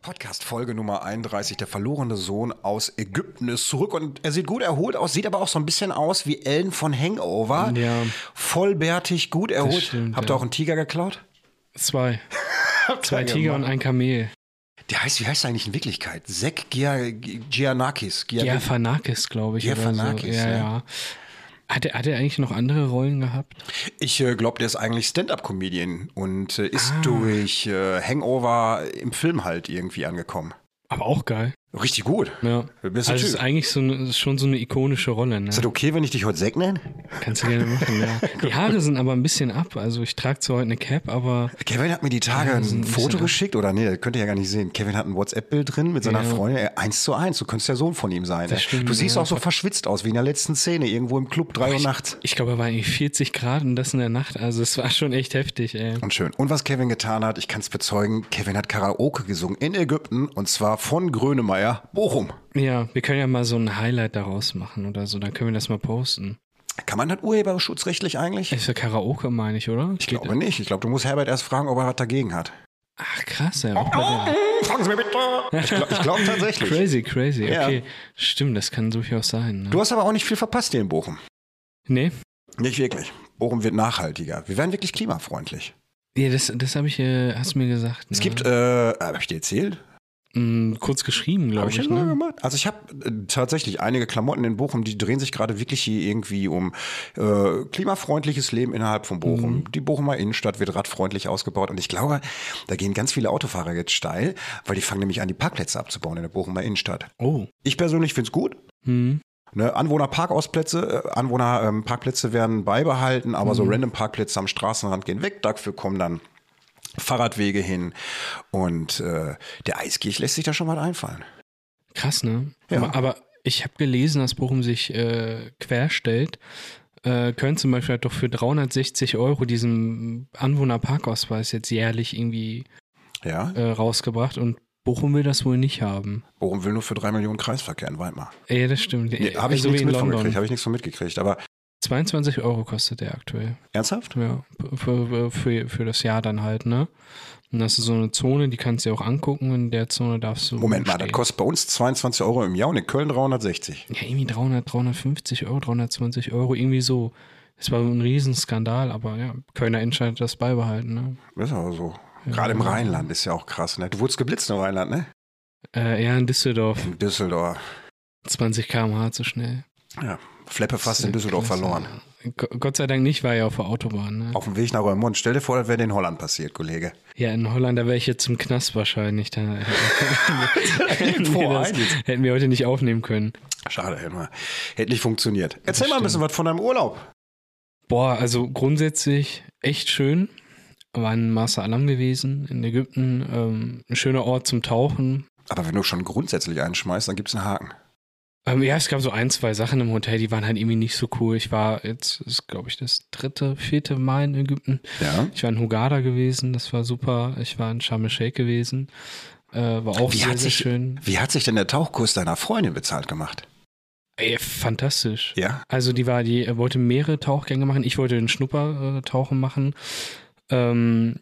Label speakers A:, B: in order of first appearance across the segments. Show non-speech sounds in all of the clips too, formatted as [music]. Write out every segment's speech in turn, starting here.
A: Podcast Folge Nummer 31, der verlorene Sohn aus Ägypten ist zurück und er sieht gut erholt aus, sieht aber auch so ein bisschen aus wie Ellen von Hangover.
B: Ja.
A: Vollbärtig, gut erholt.
B: stimmt,
A: Habt ihr
B: ja.
A: auch einen Tiger geklaut?
B: Zwei.
A: [laughs]
B: Zwei Tiger und ein Kamel.
A: Der heißt, wie heißt er eigentlich in Wirklichkeit? Zek Gia, Gianakis. Gia,
B: Gerfanakis, glaube ich. oder
A: Galifianakis,
B: so. ja,
A: ja.
B: ja. Hat, er, hat er eigentlich noch andere Rollen gehabt?
A: Ich äh, glaube, der ist eigentlich Stand-up-Comedian und äh,
B: Ah.
A: ist durch äh, Hangover im Film halt irgendwie angekommen.
B: Aber auch geil.
A: Richtig gut.
B: Ja.
A: Du bist
B: Also
A: ein
B: es ist
A: Typ.
B: eigentlich so eine, es ist schon so eine ikonische Rolle. Ne?
A: Ist das okay, wenn ich dich heute Zek nenne?
B: Kannst du gerne machen,
A: [laughs]
B: ja. Die Haare sind aber ein bisschen ab. Also ich trage zwar heute eine Cap, aber
A: Kevin hat mir die Tage
B: Ja, das ist
A: ein
B: ein
A: Foto
B: bisschen-
A: geschickt, oder nee, das könnt ihr ja gar nicht sehen. Kevin hat ein WhatsApp-Bild drin mit seiner
B: Ja.
A: Freundin, ey, eins zu eins, du könntest der Sohn von ihm sein.
B: Das
A: ey.
B: stimmt,
A: du siehst
B: ja.
A: auch so verschwitzt aus, wie in der letzten Szene, irgendwo im Club drei Uhr nachts.
B: ich glaube, er war irgendwie 40 Grad und das in der Nacht. Also es war schon echt heftig, ey.
A: Und schön. Und was Kevin getan hat, ich kann es bezeugen, Kevin hat Karaoke gesungen in Ägypten und zwar von Grönemeyer, Bochum.
B: Ja, wir können ja mal so ein Highlight daraus machen oder so. Dann können wir das mal posten.
A: Kann man das urheberschutzrechtlich eigentlich?
B: Ist ja Karaoke, meine ich, oder?
A: Ich glaube nicht. Ich glaube, du musst Herbert erst fragen, ob er was dagegen hat.
B: Ach, krass,
A: Oh,
B: ey. Auch bei der-
A: Fragen Sie mir bitte. Ich glaube
B: [laughs]
A: glaub tatsächlich.
B: Crazy, crazy.
A: Ja.
B: Okay, stimmt, das kann durchaus sein. Ne?
A: Du hast aber auch nicht viel verpasst hier in Bochum.
B: nee,
A: Nicht wirklich. Bochum wird nachhaltiger. Wir werden wirklich klimafreundlich.
B: ja, das, das habe ich, äh, hast du mir gesagt.
A: Es
B: ne?
A: gibt, äh, habe ich dir erzählt?
B: Mm, kurz geschrieben, glaube
A: Habe
B: ich.
A: ich das mal
B: ne?
A: gemacht? Also ich habe äh, tatsächlich einige Klamotten in Bochum, die drehen sich gerade wirklich hier irgendwie um äh, klimafreundliches Leben innerhalb von Bochum.
B: Mhm.
A: Die Bochumer Innenstadt wird radfreundlich ausgebaut und ich glaube, da gehen ganz viele Autofahrer jetzt steil, weil die fangen nämlich an, die Parkplätze abzubauen in der Bochumer Innenstadt.
B: Oh.
A: Ich persönlich finde es gut.
B: Hm.
A: Ne, Anwohnerparkausplätze, äh, Anwohnerparkplätze werden beibehalten, aber
B: Mhm.
A: so random Parkplätze am Straßenrand gehen weg. Dafür kommen dann Fahrradwege hin und äh, der Eiskirch lässt sich da schon mal einfallen.
B: Krass, ne?
A: Ja.
B: Aber, aber ich habe gelesen, dass Bochum sich äh, querstellt. Äh, Köln zum Beispiel hat doch für 360 Euro diesen Anwohnerparkausweis jetzt jährlich irgendwie
A: Ja,
B: äh, rausgebracht und Bochum will das wohl nicht haben.
A: Bochum will nur für drei Millionen Kreisverkehr in Weimar.
B: Ja, das stimmt.
A: Nee, habe ich
B: so also
A: nichts
B: wie in
A: mit von
B: London.
A: gekriegt, habe ich nichts von mitgekriegt. Aber
B: 22 Euro kostet der aktuell.
A: ernsthaft?
B: Ja, für, für, für das Jahr dann halt, ne? Und das ist so eine Zone, die kannst du dir auch angucken und in der Zone darfst du.
A: Moment mal, das
B: stehen.
A: kostet bei uns 22 Euro im Jahr und in Köln 360.
B: Ja, irgendwie 300, 350 Euro, 320 Euro, irgendwie so. Das war ein Riesenskandal, aber ja, Kölner entscheidet das beibehalten, ne?
A: Das ist aber so. Gerade im Rheinland ist ja auch krass. Ne? Du wurdest geblitzt im Rheinland, ne?
B: Äh, ja, in Düsseldorf.
A: In Düsseldorf.
B: 20 km/h zu schnell.
A: Ja. Fleppe fast in
B: Das ist
A: Düsseldorf
B: klasse.
A: verloren.
B: Go- Gott sei Dank nicht, war ja auf der Autobahn, ne?
A: Mhm. Auf dem Weg nach Römermund. Stell dir vor, das wäre dir in Holland passiert,
B: [laughs]
A: Kollege.
B: Ja, in Holland, da wäre ich jetzt im Knast wahrscheinlich. Da [laughs] hätten
A: [laughs]
B: wir,
A: Vor
B: das,
A: ein jetzt.
B: hätten wir heute nicht aufnehmen können.
A: Schade, hätte mal. Hätte nicht funktioniert. Erzähl mal ein bisschen was von deinem Urlaub.
B: Boah, also grundsätzlich echt schön. War in Marsa Alam gewesen, in Ägypten. Ähm, ein schöner Ort zum Tauchen.
A: Aber wenn du schon grundsätzlich einschmeißt, dann gibt's einen Haken.
B: Ähm, ja, es gab so ein, zwei Sachen im Hotel, die waren halt irgendwie nicht so cool. Ich war jetzt, ist glaube ich das dritte, vierte Mal in Ägypten.
A: Ja.
B: Ich war in Hurghada gewesen, das war super. Ich war in Sharm el Sheikh gewesen. Äh, war auch
A: Wie
B: sehr,
A: hat
B: sehr
A: sich-
B: schön.
A: Wie hat sich denn der Tauchkurs deiner Freundin bezahlt gemacht?
B: Ey, fantastisch.
A: Ja.
B: Also die war, die äh, wollte mehrere Tauchgänge machen. Ich wollte den Schnuppertauchen äh, Tauchen machen. Ähm,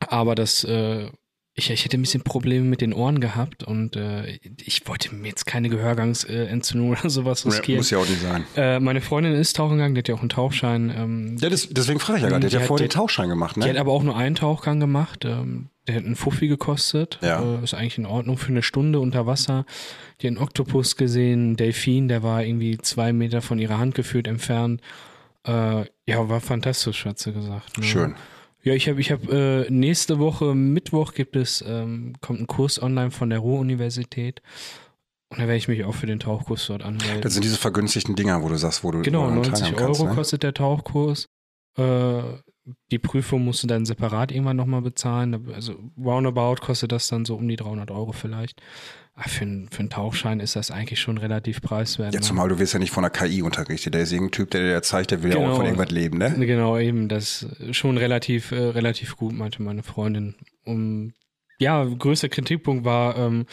B: aber das, äh, ich, ich hätte ein bisschen Probleme mit den Ohren gehabt und äh, ich wollte mir jetzt keine Gehörgangsentzündung äh, Entzündung oder sowas riskieren.
A: Muss ja auch nicht sein.
B: äh, meine Freundin ist tauchen gegangen, die hat ja auch einen Tauchschein. Ähm,
A: Ja, das, deswegen frage ich ja gerade. Der
B: Die
A: hat ja
B: hat
A: vorher den
B: die-
A: Tauchschein gemacht,
B: Die hat
A: ne?
B: aber auch nur einen Tauchgang gemacht. Ähm, der hat einen Fuffi gekostet.
A: Ja.
B: Äh, ist eigentlich in Ordnung für eine Stunde unter Wasser. Die hat einen Oktopus gesehen, einen Delfin, der war irgendwie zwei Meter von ihrer Hand gefühlt entfernt. Äh, ja, war fantastisch, hat sie gesagt. ne?
A: Schön.
B: Ja, ich habe, ich hab, äh, nächste Woche Mittwoch gibt es, ähm, kommt ein Kurs online von der Ruhr-Universität. Und da werde ich mich auch für den Tauchkurs dort anmelden.
A: Das sind diese vergünstigten Dinger, wo du sagst, wo du
B: Genau,
A: wo du
B: 90
A: teilhaben
B: Euro
A: kannst, ne?
B: kostet der Tauchkurs. Äh, die Prüfung musst du dann separat irgendwann nochmal bezahlen. Also roundabout kostet das dann so um die 300 Euro vielleicht. Ah, Für, einen- für einen Tauchschein ist das eigentlich schon relativ preiswert.
A: Ja,
B: ne?
A: zumal du wirst ja nicht von der KI unterrichtet. Der ist irgendein Typ, der dir das zeigt, der will ja auch
B: Genau.
A: von irgendwas leben, ne?
B: Genau, eben, das ist schon relativ, äh, relativ gut, meinte meine Freundin. Um, ja, größter Kritikpunkt war, ähm,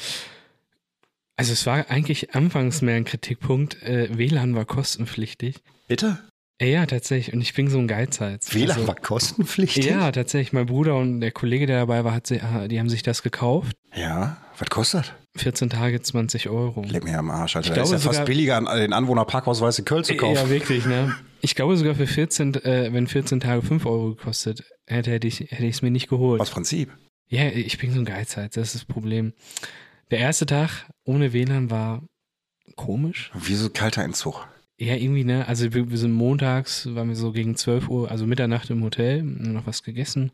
B: also es war eigentlich anfangs mehr ein Kritikpunkt, äh, WLAN war kostenpflichtig.
A: Bitte?
B: Äh, ja, tatsächlich, und ich bin so ein Geizhals.
A: WLAN
B: also,
A: war kostenpflichtig?
B: Ja, tatsächlich, mein Bruder und der Kollege, der dabei war, hat sie, ah, die haben sich das gekauft.
A: Ja, was kostet?
B: 14 Tage 20 Euro.
A: Leck mir am Arsch, Alter.
B: Ich
A: Da ist
B: glaube
A: ja fast
B: sogar-
A: billiger, an- den Anwohnerparkhaus in Köln zu kaufen.
B: Ja, wirklich, ne? Ich glaube sogar für 14, äh, wenn 14 Tage 5 Euro gekostet hätte, hätte ich es mir nicht geholt.
A: Aus Prinzip.
B: Ja, ich bin so ein Geizhals, das ist das Problem. Der erste Tag ohne WLAN war komisch.
A: Wie so kalter Entzug.
B: Ja, irgendwie, ne? Also wir, wir sind montags, waren wir so gegen 12 Uhr, also Mitternacht im Hotel, haben noch was gegessen.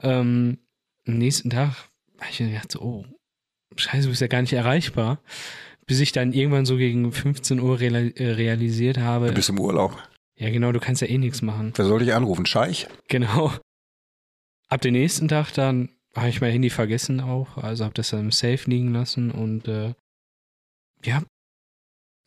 B: Ähm, am nächsten Tag habe ich mir gedacht, so, oh, scheiße, du bist ja gar nicht erreichbar. Bis ich dann irgendwann so gegen 15 Uhr real, äh, realisiert habe,
A: Du bist im Urlaub.
B: ja genau, du kannst ja eh nichts machen.
A: Wer soll dich anrufen? Scheich?
B: Genau. Ab dem nächsten Tag dann habe ich mein Handy vergessen auch, also habe das dann im Safe liegen lassen und äh, ja,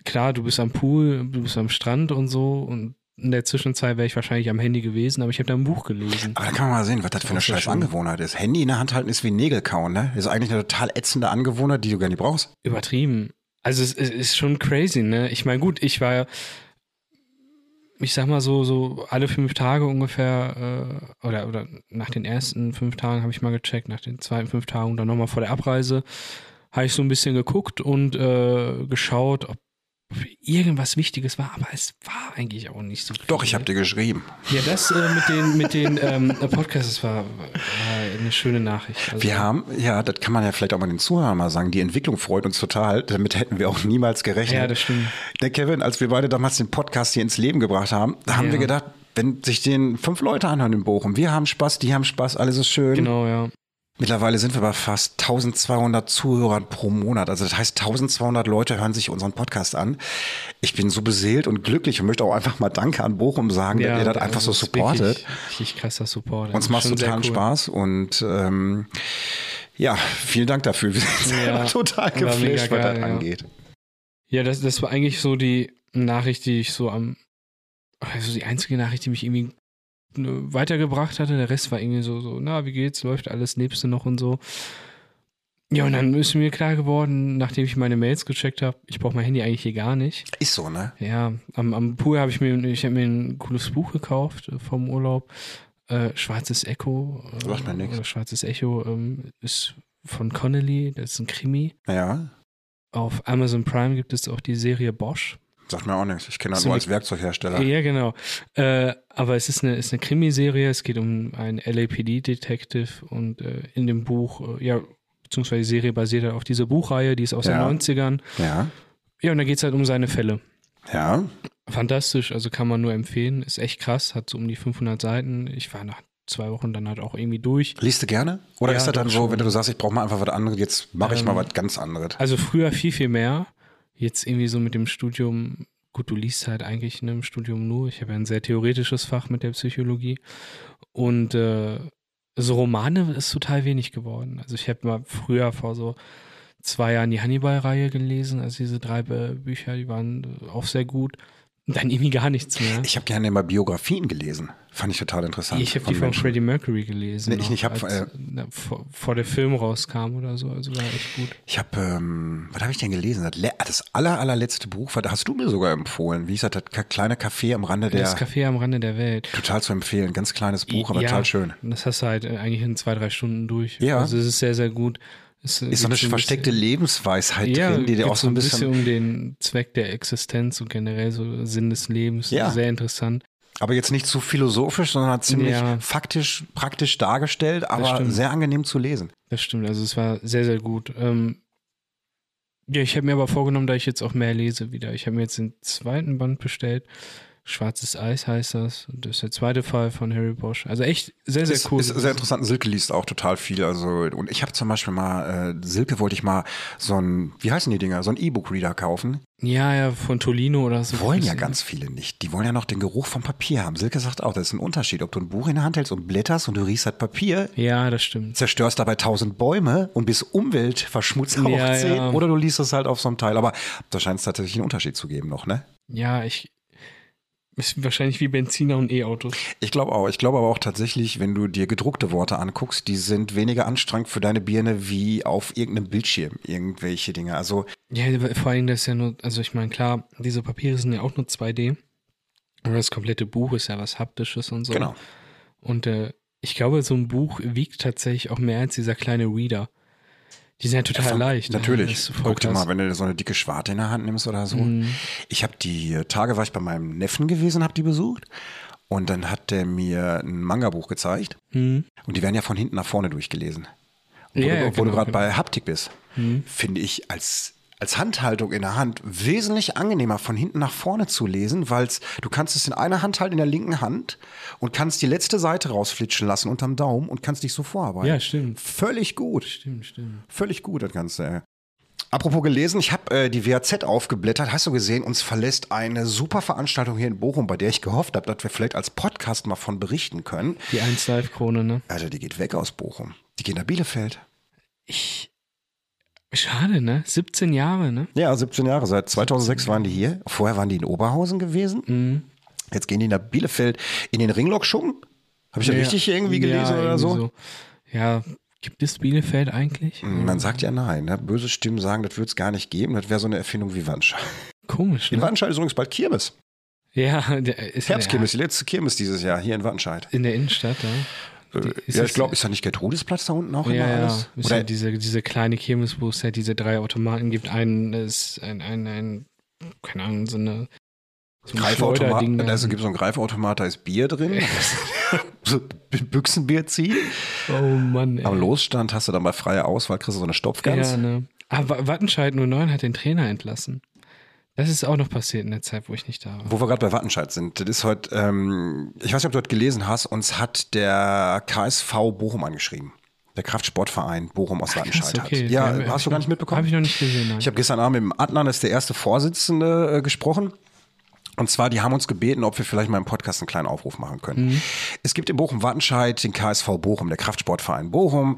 B: klar, du bist am Pool, du bist am Strand und so und in der Zwischenzeit wäre ich wahrscheinlich am Handy gewesen, aber ich habe da ein Buch gelesen.
A: Aber dann kann man mal sehen, was das für eine
B: Das ist ja
A: scheiß
B: schön.
A: Angewohnheit ist. Handy in der Hand halten ist wie Nägel kauen, ne? Ist eigentlich eine total ätzende Angewohnheit, die du gar nicht brauchst.
B: Übertrieben. Also es, es ist schon crazy, ne? Ich meine, gut, ich war, ich sag mal so, so alle fünf Tage ungefähr, äh, oder, oder nach den ersten fünf Tagen habe ich mal gecheckt, nach den zweiten fünf Tagen, dann nochmal vor der Abreise, habe ich so ein bisschen geguckt und äh, geschaut, ob irgendwas Wichtiges war, aber es war eigentlich auch nicht so viel. ne?
A: Doch, ich habe dir geschrieben.
B: Ja, das äh, mit den, mit den ähm, Podcasts das war, war eine schöne Nachricht. Also,
A: Wir haben, ja, das kann man ja vielleicht auch mal den Zuhörern mal sagen, die Entwicklung freut uns total. Damit hätten wir auch niemals gerechnet.
B: Ja, das stimmt.
A: Der Kevin, als wir beide damals den Podcast hier ins Leben gebracht haben, da haben
B: Ja.
A: wir gedacht, wenn sich den fünf Leute anhören in Bochum, wir haben Spaß, die haben Spaß, alles ist schön.
B: Genau, ja.
A: Mittlerweile sind wir bei fast 1200 Zuhörern pro Monat. Also das heißt, 1200 Leute hören sich unseren Podcast an. Ich bin so beseelt und glücklich und möchte auch einfach mal Danke an Bochum sagen, dass ihr das einfach so
B: ist
A: supportet.
B: Wirklich, richtig krasser
A: Uns
B: Support. Also
A: macht
B: schon sehr
A: totalen
B: cool.
A: Spaß und ähm, ja, vielen Dank dafür. Wir sind
B: Ja,
A: selber total
B: war mega
A: geflasht, was
B: geil,
A: das
B: ja.
A: angeht.
B: Ja, das, das war eigentlich so die Nachricht, die ich so am. Also die einzige Nachricht, die mich irgendwie ne, weitergebracht hatte. Der Rest war irgendwie so, so, na, wie geht's, läuft alles, lebst du noch und so. Ja, und dann ist mir klar geworden, nachdem ich meine Mails gecheckt habe, ich brauche mein Handy eigentlich hier gar nicht.
A: Ist so, ne?
B: Ja, am, am Pool habe ich mir, ich habe mir ein cooles Buch gekauft äh, vom Urlaub. Äh, Schwarzes Echo. Äh,
A: Sagt mir nix.
B: Oder Schwarzes Echo ähm, ist von Connelly, das ist ein Krimi.
A: Ja,
B: Auf Amazon Prime gibt es auch die Serie Bosch.
A: sagt mir auch nichts. Ich kenne das
B: So
A: nur
B: eine-
A: als Werkzeughersteller.
B: Ja, genau. Äh, aber es ist eine, ist eine Krimiserie, es geht um einen LAPD-Detective und äh, in dem Buch, äh, ja, beziehungsweise die Serie basiert halt auf dieser Buchreihe, die ist aus
A: Ja.
B: den 90ern.
A: Ja,
B: Ja, und da geht es halt um seine Fälle.
A: ja.
B: fantastisch, also kann man nur empfehlen. Ist echt krass, hat so um die 500 Seiten. Ich war nach zwei Wochen dann halt auch irgendwie durch.
A: Liest du gerne? Oder
B: Ja,
A: ist das dann
B: doch
A: so,
B: schon.
A: wenn du sagst, ich brauche mal einfach was anderes, jetzt mache ich
B: Ähm,
A: mal was ganz anderes?
B: Also früher viel, viel mehr. Jetzt irgendwie so mit dem Studium, gut, du liest halt eigentlich ne, im Studium nur. Ich habe ja ein sehr theoretisches Fach mit der Psychologie. Und äh, so Romane ist total wenig geworden. Also ich habe mal früher vor so zwei Jahren die Hannibal-Reihe gelesen. Also diese drei Bü- Bücher, die waren auch sehr gut. Und dann irgendwie gar nichts mehr.
A: Ich habe gerne immer Biografien gelesen. Fand ich total interessant.
B: Ich habe die von
A: Menschen.
B: Freddie Mercury gelesen.
A: Nee, ich nicht. Ich hab,
B: als,
A: äh,
B: na, vor, vor der Film rauskam oder so. Also war echt gut.
A: Ich habe, ähm, was habe ich denn gelesen? Das, le- ah, das aller, allerletzte Buch, was hast du mir sogar empfohlen. Wie gesagt, das ka- kleine Café am Rande der.
B: Das Café am Rande der Welt.
A: Total zu empfehlen. Ganz kleines Buch, aber
B: Ja,
A: total schön.
B: Das hast du halt äh, eigentlich in zwei, drei Stunden durch.
A: Ja.
B: Also es ist sehr, sehr gut. Es
A: Ist so eine versteckte Lebensweisheit
B: ja,
A: drin, die dir auch
B: geht's
A: so ein bisschen.
B: um den Zweck der Existenz und generell so Sinn des Lebens.
A: Ja.
B: Sehr interessant.
A: Aber jetzt nicht zu philosophisch, sondern ziemlich
B: Ja.
A: faktisch, praktisch dargestellt, aber
B: stimmt.
A: sehr angenehm zu lesen.
B: Das stimmt. Also es war sehr, sehr gut. Ähm, ja, ich habe mir aber vorgenommen, da ich jetzt auch mehr lese wieder. Ich habe mir jetzt den zweiten Band bestellt. Schwarzes Eis heißt das. Und Das ist der zweite Fall von Harry Bosch. Also echt sehr, sehr
A: ist,
B: cool.
A: Ist sehr interessant. Silke liest auch total viel. Also, und ich habe zum Beispiel mal, äh, Silke wollte ich mal so ein, wie heißen die Dinger, so ein E-Book-Reader kaufen.
B: ja, ja, von Tolino oder so.
A: Wollen ja ganz viele nicht. Die wollen ja noch den Geruch vom Papier haben. Silke sagt auch, das ist ein Unterschied, ob du ein Buch in der Hand hältst und blätterst und du riechst halt Papier,
B: Ja, das stimmt.
A: zerstörst dabei tausend Bäume und bist Umweltverschmutzer
B: Ja,
A: hoch zehn.
B: ja.
A: Oder du liest es halt auf so einem Teil. Aber da scheint es tatsächlich einen Unterschied zu geben noch, ne?
B: Ja, ich. Ist wahrscheinlich wie Benziner und E-Autos.
A: Ich glaube auch. Ich glaube aber auch tatsächlich, wenn du dir gedruckte Worte anguckst, die sind weniger anstrengend für deine Birne wie auf irgendeinem Bildschirm irgendwelche Dinge. Also
B: Ja, aber vor allem das ist ja nur, also ich meine, klar, diese Papiere sind ja auch nur 2D. Aber das komplette Buch ist ja was Haptisches und so.
A: genau.
B: Und äh, ich glaube, so ein Buch wiegt tatsächlich auch mehr als dieser kleine Reader. Die sind ja total leicht. ne? Das
A: Natürlich.
B: ist voll
A: Guck dir
B: krass.
A: mal, wenn du so eine dicke Schwarte in der Hand nimmst oder so.
B: Mhm.
A: Ich habe die äh, Tage war ich bei meinem Neffen gewesen, habe die besucht. Und dann hat der mir ein Manga-Buch gezeigt.
B: Mhm.
A: Und die werden ja von hinten nach vorne durchgelesen. Und wo
B: Ja,
A: du,
B: ja,
A: wo du
B: genau,
A: gerade
B: genau. Mhm.
A: bei Haptik bist, finde ich als, als Handhaltung in der Hand wesentlich angenehmer, von hinten nach vorne zu lesen, weil du kannst es in einer Hand halten, in der linken Hand und kannst die letzte Seite rausflitschen lassen unterm Daumen und kannst dich so vorarbeiten.
B: Ja, stimmt.
A: Völlig gut.
B: Stimmt, stimmt.
A: Völlig gut, das Ganze. ey. Apropos gelesen, ich habe äh, die WAZ aufgeblättert. Hast du gesehen, uns verlässt eine super Veranstaltung hier in Bochum, bei der ich gehofft habe, dass wir vielleicht als Podcast mal von berichten können.
B: Die 1 Live-Krone, ne?
A: Also die geht weg aus Bochum. Die geht nach Bielefeld.
B: Ich. Schade, ne? 17 Jahre, ne?
A: Ja, 17 Jahre. Seit 2006 waren die hier. Vorher waren die in Oberhausen gewesen.
B: Mhm.
A: Jetzt gehen die nach Bielefeld in den Ringlockschuppen. Habe ich das richtig hier irgendwie gelesen
B: ja,
A: oder
B: irgendwie
A: so?
B: Ja, gibt es Bielefeld eigentlich?
A: Hm, Man sagt ja nein. Ne? Böse Stimmen sagen, das wird es gar nicht geben. Das wäre so eine Erfindung wie Wandscheid.
B: Komisch,
A: In
B: ne?
A: Wandscheid ist übrigens bald Kirmes.
B: Ja, der ist
A: Herbstkirmes, die letzte Kirmes dieses Jahr hier in Wattenscheid.
B: in der Innenstadt, ja. Die-
A: Äh,
B: ist
A: ja,
B: das-
A: ich glaube, ist da nicht Gertrudesplatz da unten auch
B: Ja,
A: immer
B: ja,
A: alles?
B: ist
A: Oder
B: ja diese, diese kleine Kirmes, wo es ja diese drei Automaten gibt. Einen ist ein, ein, ein keine Ahnung, so eine so ein
A: Greifautomat,
B: Schleuderding da.
A: also gibt es so einen Greifautomat, da ist Bier drin.
B: [laughs]
A: [laughs] so Büchsenbier ziehen.
B: Oh Mann, ey.
A: Am Losstand hast du dann bei freier Auswahl, kriegst du so eine Stopfgans.
B: ja, ne. Aber Wattenscheid 09 hat den Trainer entlassen. Das ist auch noch passiert in der Zeit, wo ich nicht da war.
A: Wo wir gerade bei Wattenscheid sind, das ist heute, ähm, ich weiß nicht, ob du heute gelesen hast, uns hat der KSV Bochum angeschrieben. Der Kraftsportverein Bochum aus Wattenscheid
B: okay.
A: hat. Ja,
B: Ja, hab
A: hast
B: ich
A: du gar
B: noch-
A: nicht mitbekommen?
B: hab ich noch nicht gesehen, nein.
A: Ich habe gestern Abend mit dem Adnan, das ist der erste Vorsitzende, äh, gesprochen. Und zwar, die haben uns gebeten, ob wir vielleicht mal im Podcast einen kleinen Aufruf machen können.
B: Mhm.
A: Es gibt in Bochum-Wattenscheid den KSV Bochum, der Kraftsportverein Bochum.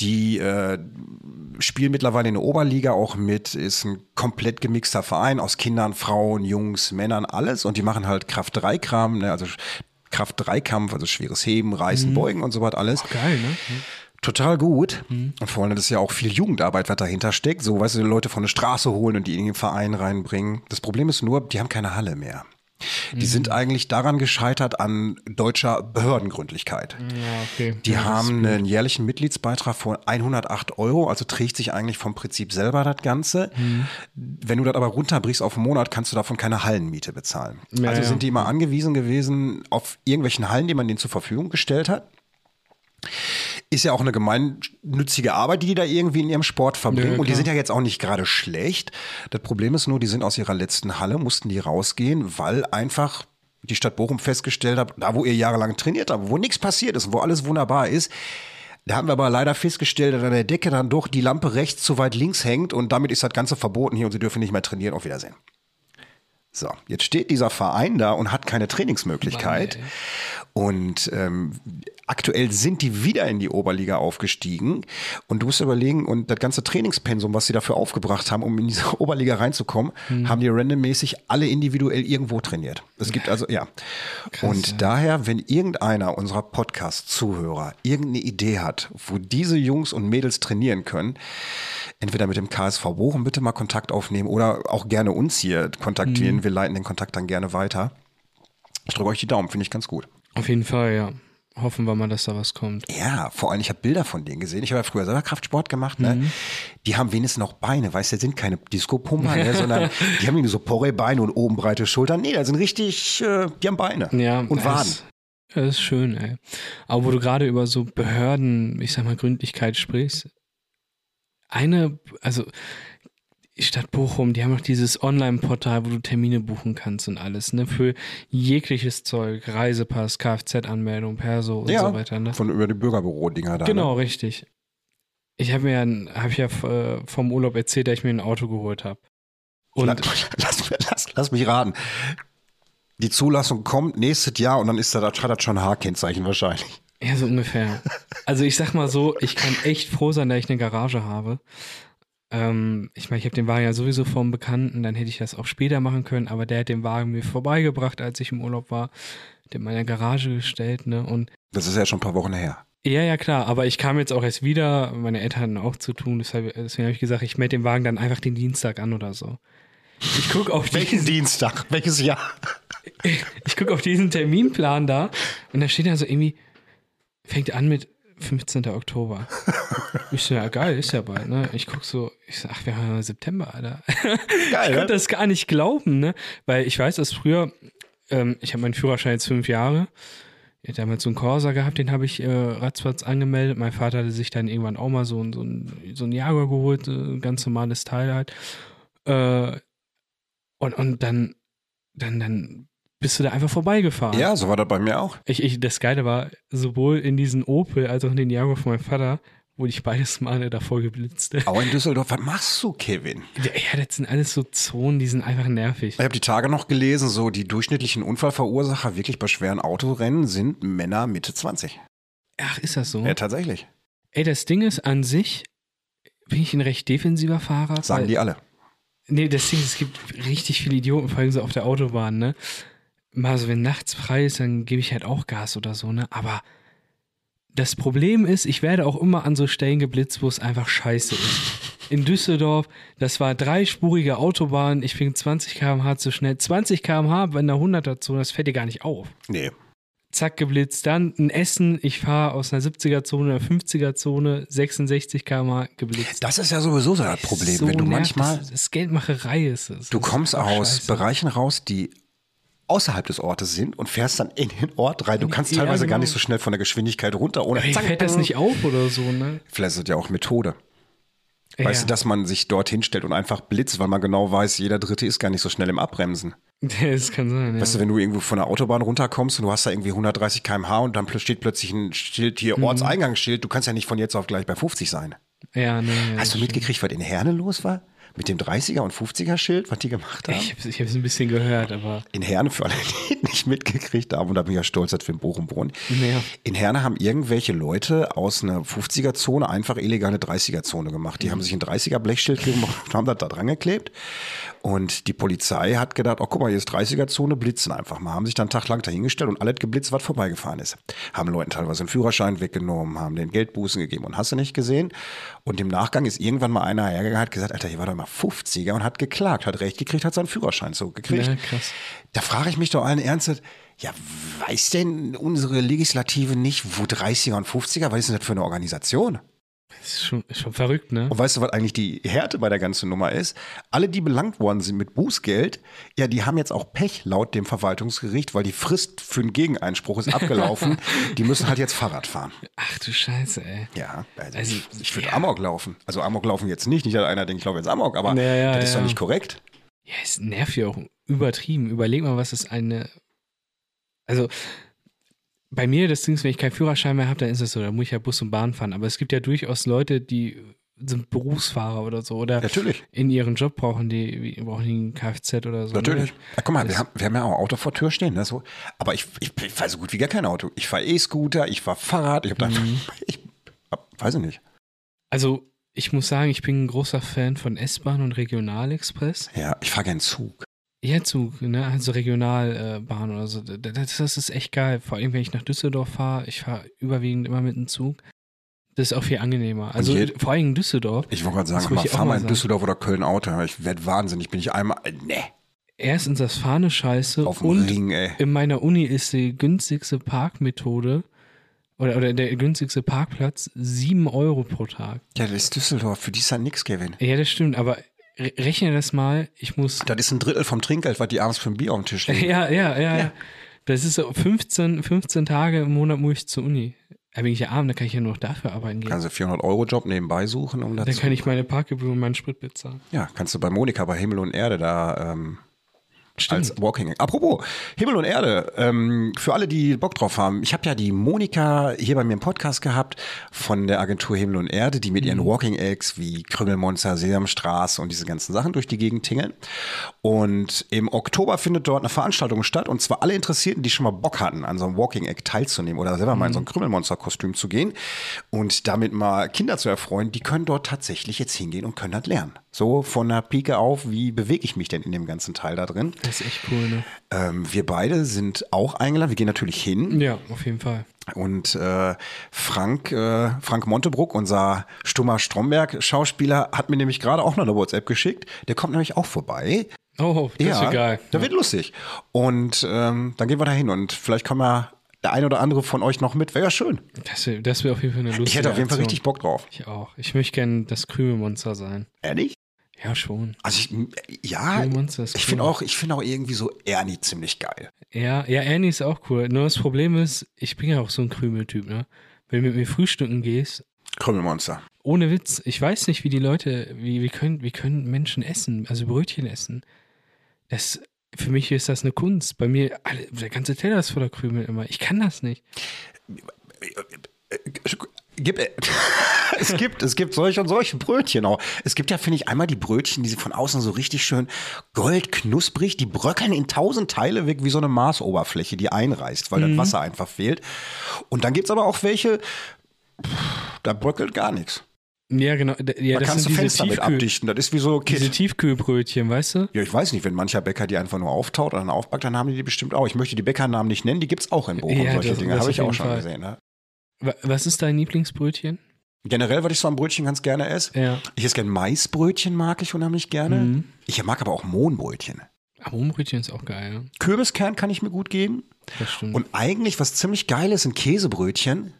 A: Die äh, spielen mittlerweile in der Oberliga auch mit, ist ein komplett gemixter Verein aus Kindern, Frauen, Jungs, Männern, alles. Und die machen halt Kraft-3-Kram, ne? also Kraft-3-Kampf, also schweres Heben, Reißen, Beugen und so was alles.
B: Mhm. Geil, ne? Mhm.
A: Total gut. Und vor allem, das ist ja auch viel Jugendarbeit, was dahinter steckt. So, weißt du, die Leute von der Straße holen und die in den Verein reinbringen. Das Problem ist nur, die haben keine Halle mehr. Die
B: Mhm.
A: sind eigentlich daran gescheitert an deutscher Behördengründlichkeit.
B: Ja, Ah, okay.
A: Die
B: ja, das-
A: haben einen jährlichen Mitgliedsbeitrag von 108 Euro, also trägt sich eigentlich vom Prinzip selber das Ganze.
B: Mhm.
A: Wenn du das aber runterbrichst auf einen Monat, kannst du davon keine Hallenmiete bezahlen.
B: Ja,
A: also
B: ja.
A: sind die immer angewiesen gewesen auf irgendwelchen Hallen, die man denen zur Verfügung gestellt hat. Ist ja auch eine gemeinnützige Arbeit, die die da irgendwie in ihrem Sport verbringen.
B: Ja,
A: und die
B: klar.
A: sind ja jetzt auch nicht gerade schlecht. Das Problem ist nur, die sind aus ihrer letzten Halle, mussten die rausgehen, weil einfach die Stadt Bochum festgestellt hat, da wo ihr jahrelang trainiert habt, wo nichts passiert ist, wo alles wunderbar ist, da haben wir aber leider festgestellt, dass an der Decke dann doch die Lampe rechts zu weit links hängt und damit ist das Ganze verboten hier und sie dürfen nicht mehr trainieren. Auf Wiedersehen. So, jetzt steht dieser Verein da und hat keine Trainingsmöglichkeit. und ähm, aktuell sind die wieder in die Oberliga aufgestiegen. Und du musst überlegen, und das ganze Trainingspensum, was sie dafür aufgebracht haben, um in diese [laughs] Oberliga reinzukommen, haben die randommäßig alle individuell irgendwo trainiert. Es gibt also, ja. und daher, wenn irgendeiner unserer Podcast-Zuhörer irgendeine Idee hat, wo diese Jungs und Mädels trainieren können, entweder mit dem KSV Bochum bitte mal Kontakt aufnehmen oder auch gerne uns hier kontaktieren. Wir leiten den Kontakt dann gerne weiter. Ich drücke euch die Daumen, finde ich ganz gut.
B: Auf jeden Fall, ja. Hoffen wir mal, dass da was kommt.
A: Ja, vor allem, ich habe Bilder von denen gesehen. Ich habe ja früher selber Kraftsport gemacht. Ne?
B: Mhm.
A: Die haben wenigstens noch Beine, weißt du, das sind keine Disco-Pumper, ne?
B: [laughs]
A: sondern die haben nur so Porre-Beine und oben breite Schultern. Nee, da sind richtig, äh, die haben Beine
B: Ja,
A: und
B: das-
A: Waden.
B: Ja, Das ist schön, ey. Aber wo du gerade über so Behörden, ich sag mal, Gründlichkeit sprichst, eine, also die Stadt Bochum, die haben auch dieses Online-Portal, wo du Termine buchen kannst und alles, ne? Für jegliches Zeug, Reisepass, Kfz-Anmeldung, Perso und
A: ja, ne?
B: so weiter, ne?
A: von über die Bürgerbüro-Dinger da.
B: Genau, richtig. Ich habe mir ein, hab ich ja äh, vom Urlaub erzählt, dass ich mir ein Auto geholt habe.
A: Ne?
B: Und
A: La- [laughs] lass, lass, lass mich raten. Die Zulassung kommt nächstes Jahr und dann ist da, das hat das schon ein H-Kennzeichen wahrscheinlich.
B: Ja, so ungefähr. Also ich sag mal so, ich kann echt froh sein, dass ich eine Garage habe. Ähm, ich meine, ich habe den Wagen ja sowieso vom Bekannten, dann hätte ich das auch später machen können, aber der hat den Wagen mir vorbeigebracht, als ich im Urlaub war, hat in meiner Garage gestellt, ne? Und
A: Das ist ja schon ein paar Wochen her.
B: ja, ja, klar, aber ich kam jetzt auch erst wieder, meine Eltern hatten auch zu tun, deshalb, deswegen habe ich gesagt, ich melde den Wagen dann einfach den Dienstag an oder so. Ich guck auf die
A: Welchen Dienstag? Welches Jahr?
B: ich gucke auf diesen Terminplan da und da steht da so irgendwie, fängt an mit 15. Oktober. Ich so, ja geil, ist ja bald, ne? Ich guck so, ich so, ach, wir haben ja September, Alter.
A: Geil,
B: Ich
A: ne?
B: konnte das gar nicht glauben, ne? Weil ich weiß, dass früher, ähm, ich habe meinen Führerschein jetzt fünf Jahre. Ich habe damals so einen Corsa gehabt, den habe ich äh, ratzfatz angemeldet. Mein Vater hatte sich dann irgendwann auch mal so, ein- so, ein, so ein Jaguar geholt, äh, ein ganz normales Teil halt. Äh, und, und dann, dann, dann bist du da einfach vorbeigefahren.
A: Ja, so war das bei mir auch.
B: Ich, ich, das Geile war, sowohl in diesen Opel als auch in den Jaguar von meinem Vater wurde ich beides Male davor geblitzt. [laughs] Ja,
A: Aber in Düsseldorf, was machst du, Kevin?
B: das sind alles so Zonen, die sind einfach nervig.
A: Ich habe die Tage noch gelesen, so die durchschnittlichen Unfallverursacher wirklich bei schweren Autorennen sind Männer Mitte 20.
B: Ach, ist das so?
A: Ja, tatsächlich.
B: Ey, das Ding ist, an sich bin ich ein recht defensiver Fahrer.
A: Sagen
B: weil-
A: die alle.
B: Nee, das Ding ist, es gibt richtig viele Idioten, vor allem so auf der Autobahn, ne? Mal so, wenn nachts frei ist, dann gebe ich halt auch Gas oder so, ne? Aber das Problem ist, ich werde auch immer an so Stellen geblitzt, wo es einfach scheiße ist. In Düsseldorf, das war dreispurige Autobahn, ich fing 20 km/h zu schnell. 20 km/h, wenn da 100 dazu, das fällt dir gar nicht auf
A: Nee.
B: zack geblitzt. Dann in Essen, ich fahre aus einer 70er-Zone, einer 50er-Zone, 66 km geblitzt.
A: Das ist ja sowieso so das Problem, wenn du
B: nervt,
A: manchmal,
B: Das, das Geldmacherei ist es.
A: du
B: Das
A: kommst
B: ist auch
A: aus
B: scheiße.
A: Bereichen raus, die außerhalb des Ortes sind und fährst dann in den Ort rein. Du kannst
B: Ja,
A: teilweise gar
B: genau.
A: nicht so schnell von der Geschwindigkeit runter, ohne
B: Ey,
A: zack.
B: fällt das nicht auf oder so, ne?
A: Vielleicht ist das ja auch Methode. Weißt du,
B: ja.
A: dass man sich dorthin stellt und einfach blitzt, weil man genau weiß, jeder Dritte ist gar nicht so schnell im Abbremsen.
B: Das kann sein, [laughs] ja.
A: Weißt du, wenn du irgendwo von der Autobahn runterkommst und du hast da irgendwie 130 km/h und dann pl- steht plötzlich ein Schild hier, Ortseingangsschild, du kannst ja nicht von jetzt auf gleich bei 50 sein.
B: Mhm. ja, ne, ja.
A: hast du mitgekriegt, was in Herne los war? Mit dem 30er und 50er Schild, was die gemacht haben?
B: Ich hab's, ich hab's ein bisschen gehört, aber
A: in Herne, für alle, die nicht mitgekriegt haben, und da bin ich ja stolz, dass wir in Bochum wohnen.
B: Ja.
A: In Herne haben irgendwelche Leute aus einer 50er-Zone einfach illegal eine 30er-Zone gemacht. Die
B: Mhm.
A: haben sich ein 30er-Blechschild
B: [laughs]
A: gemacht und haben das da dran geklebt. Und die Polizei hat gedacht, oh, guck mal, hier ist 30er-Zone, blitzen einfach mal. Haben sich dann einen Tag lang dahingestellt und alles geblitzt, was vorbeigefahren ist. Haben Leuten teilweise den Führerschein weggenommen, haben den Geldbußen gegeben und hast du nicht gesehen. Und im Nachgang ist irgendwann mal einer hergegangen, hat gesagt, Alter, hier war doch mal 50er und hat geklagt, hat Recht gekriegt, hat seinen Führerschein zurückgekriegt.
B: Ja, krass.
A: Da frage ich mich doch allen Ernstes, ja, weiß denn unsere Legislative nicht, wo 30er und 50er, was ist denn das für eine Organisation?
B: das ist schon, ist schon verrückt, ne?
A: Und weißt du, was eigentlich die Härte bei der ganzen Nummer ist? Alle, die belangt worden sind mit Bußgeld, ja, die haben jetzt auch Pech laut dem Verwaltungsgericht, weil die Frist für einen Gegeneinspruch ist
B: [laughs]
A: abgelaufen. die müssen halt jetzt Fahrrad fahren.
B: Ach du Scheiße, ey.
A: Ja, also,
B: Also,
A: ich, ich würde
B: ja.
A: Amok laufen. Also Amok laufen jetzt nicht, nicht dass einer denkt, ich laufe jetzt Amok, aber
B: Ja, ja,
A: das ist doch
B: ja.
A: nicht korrekt.
B: Ja, es nervt ja auch übertrieben. Überleg mal, was ist eine. Also, bei mir, das Ding ist, wenn ich keinen Führerschein mehr habe, dann ist es so, da muss ich ja Bus und Bahn fahren. Aber es gibt ja durchaus Leute, die sind Berufsfahrer oder so oder
A: Natürlich.
B: in ihren Job brauchen die, wie- brauchen die ein Kfz oder so.
A: Natürlich.
B: Ne?
A: Ja, guck mal, wir haben, wir haben ja auch Auto vor Tür stehen. Ne? So, aber ich, ich, ich fahre so gut wie gar kein Auto. Ich fahre E-Scooter, ich fahre Fahrrad, ich, hab da, [laughs] ich hab- weiß ich nicht.
B: Also, ich muss sagen, ich bin ein großer Fan von S-Bahn und Regionalexpress.
A: Ja, ich fahre gern Zug.
B: Ja, Zug, ne? Also Regionalbahn oder so. D- Das, das ist echt geil. Vor allem, wenn ich nach Düsseldorf fahre, ich fahre überwiegend immer mit dem Zug. Das ist auch viel angenehmer. Also
A: je-
B: vor allem in Düsseldorf.
A: Ich wollte gerade
B: Das
A: sagen,
B: wollte
A: mal,
B: ich auch
A: fahr mal
B: mal
A: in
B: sagen.
A: Düsseldorf oder Köln Auto. Ich werd wahnsinnig, bin ich einmal, äh, nee,
B: Erstens das Fahne scheiße
A: auf dem
B: und
A: Ring, ey.
B: in meiner Uni ist die günstigste Parkmethode oder, oder der günstigste Parkplatz 7 Euro pro Tag.
A: Ja, das ist Düsseldorf, für die ist halt nix, Kevin.
B: Ja, das stimmt, aber re rechne das mal. Ich muss. [laughs]
A: Das ist ein Drittel vom Trinkgeld, was die abends für ein Bier auf dem Tisch liegen.
B: Ja, ja, ja. ja. Das ist so 15, 15 Tage im Monat muss ich zur Uni. bin ich ja arm, dann kann ich ja nur noch dafür arbeiten gehen.
A: Kannst du 400 Euro Job nebenbei suchen, um
B: dann
A: dazu.
B: kann ich meine Parkgebühr und meinen Sprit bezahlen.
A: Ja, kannst du bei Monika bei Himmel und Erde da ähm,
B: Stimmt.
A: als Walking. Apropos Himmel und Erde, ähm, für alle, die Bock drauf haben, ich habe ja die Monika hier bei mir im Podcast gehabt von der Agentur Himmel und Erde, die mit ihren Walking Eggs wie Krümelmonster, Sesamstraße und diese ganzen Sachen durch die Gegend tingeln. Und im Oktober findet dort eine Veranstaltung statt und zwar alle Interessierten, die schon mal Bock hatten, an so einem Walking Egg teilzunehmen oder selber mal in so ein Krümelmonster-Kostüm zu gehen und damit mal Kinder zu erfreuen, die können dort tatsächlich jetzt hingehen und können das lernen. So von der Pike auf, wie bewege ich mich denn in dem ganzen Teil da drin?
B: Das ist echt cool, ne?
A: Ähm, wir beide sind auch eingeladen. Wir gehen natürlich hin.
B: Ja, auf jeden Fall.
A: Und äh, Frank, äh, Frank Montebruck, unser stummer Stromberg-Schauspieler, hat mir nämlich gerade auch noch eine WhatsApp geschickt. Der kommt nämlich auch vorbei.
B: Oh, das ist ja geil.
A: Da wird lustig. Und ähm, dann gehen wir da hin und vielleicht kommen wir der ein oder andere von euch noch mit. Wäre ja schön.
B: Das wäre das wär auf jeden Fall eine lustige
A: Ich hätte auf jeden Fall
B: Aktion.
A: richtig Bock drauf.
B: Ich auch. Ich möchte gerne das Krümelmonster sein.
A: Ehrlich?
B: Ja, schon.
A: Also ich, ja,
B: Cool Monster ist
A: ich
B: cool.
A: finde auch, ich finde auch irgendwie so Ernie ziemlich geil.
B: Ja, ja, Ernie ist auch cool. Nur das Problem ist, ich bin ja auch so ein Krümeltyp, ne? Wenn du mit mir frühstücken gehst,
A: Krümelmonster.
B: ohne Witz, ich weiß nicht, wie die Leute, wie, wie, können, wie können Menschen essen, also Brötchen essen. Das, für mich ist das eine Kunst. Bei mir, alle, der ganze Teller ist voller Krümel immer. Ich kann das nicht.
A: Gibt, äh, [laughs] es gibt, es gibt solche und solche Brötchen auch. Es gibt ja, finde ich, einmal die Brötchen, die sind von außen so richtig schön goldknusprig, die bröckeln in tausend Teile weg wie so eine Marsoberfläche, die einreißt,
B: Mhm.
A: weil das Wasser einfach fehlt. Und dann gibt es aber auch welche, pff, da bröckelt gar nichts.
B: Ja, genau. d- Ja,
A: Da
B: das
A: kannst du
B: sind diese,
A: Fenster mit
B: Tiefkühl,
A: abdichten, das ist wie so
B: diese
A: Kit.
B: Tiefkühlbrötchen, weißt du?
A: Ja, ich weiß nicht, wenn mancher Bäcker die einfach nur auftaut oder dann aufbackt, dann haben die die bestimmt auch. Ich möchte die Bäckernamen nicht nennen, die gibt es auch in Bochum.
B: Ja,
A: solche
B: das-
A: Dinge
B: das
A: habe
B: auf
A: ich auch
B: jeden
A: schon
B: Fall.
A: gesehen. Ne?
B: Wa- Was ist dein Lieblingsbrötchen?
A: Generell, was ich so am Brötchen ganz gerne esse,
B: Ja. Mhm.
A: Ich esse gerne Maisbrötchen, mag ich unheimlich gerne. Ich mag aber auch Mohnbrötchen.
B: Amobrötchen ist auch geil, ne?
A: Kürbiskern kann ich mir gut geben.
B: Das stimmt.
A: Und eigentlich, was ziemlich geil ist, sind Käsebrötchen.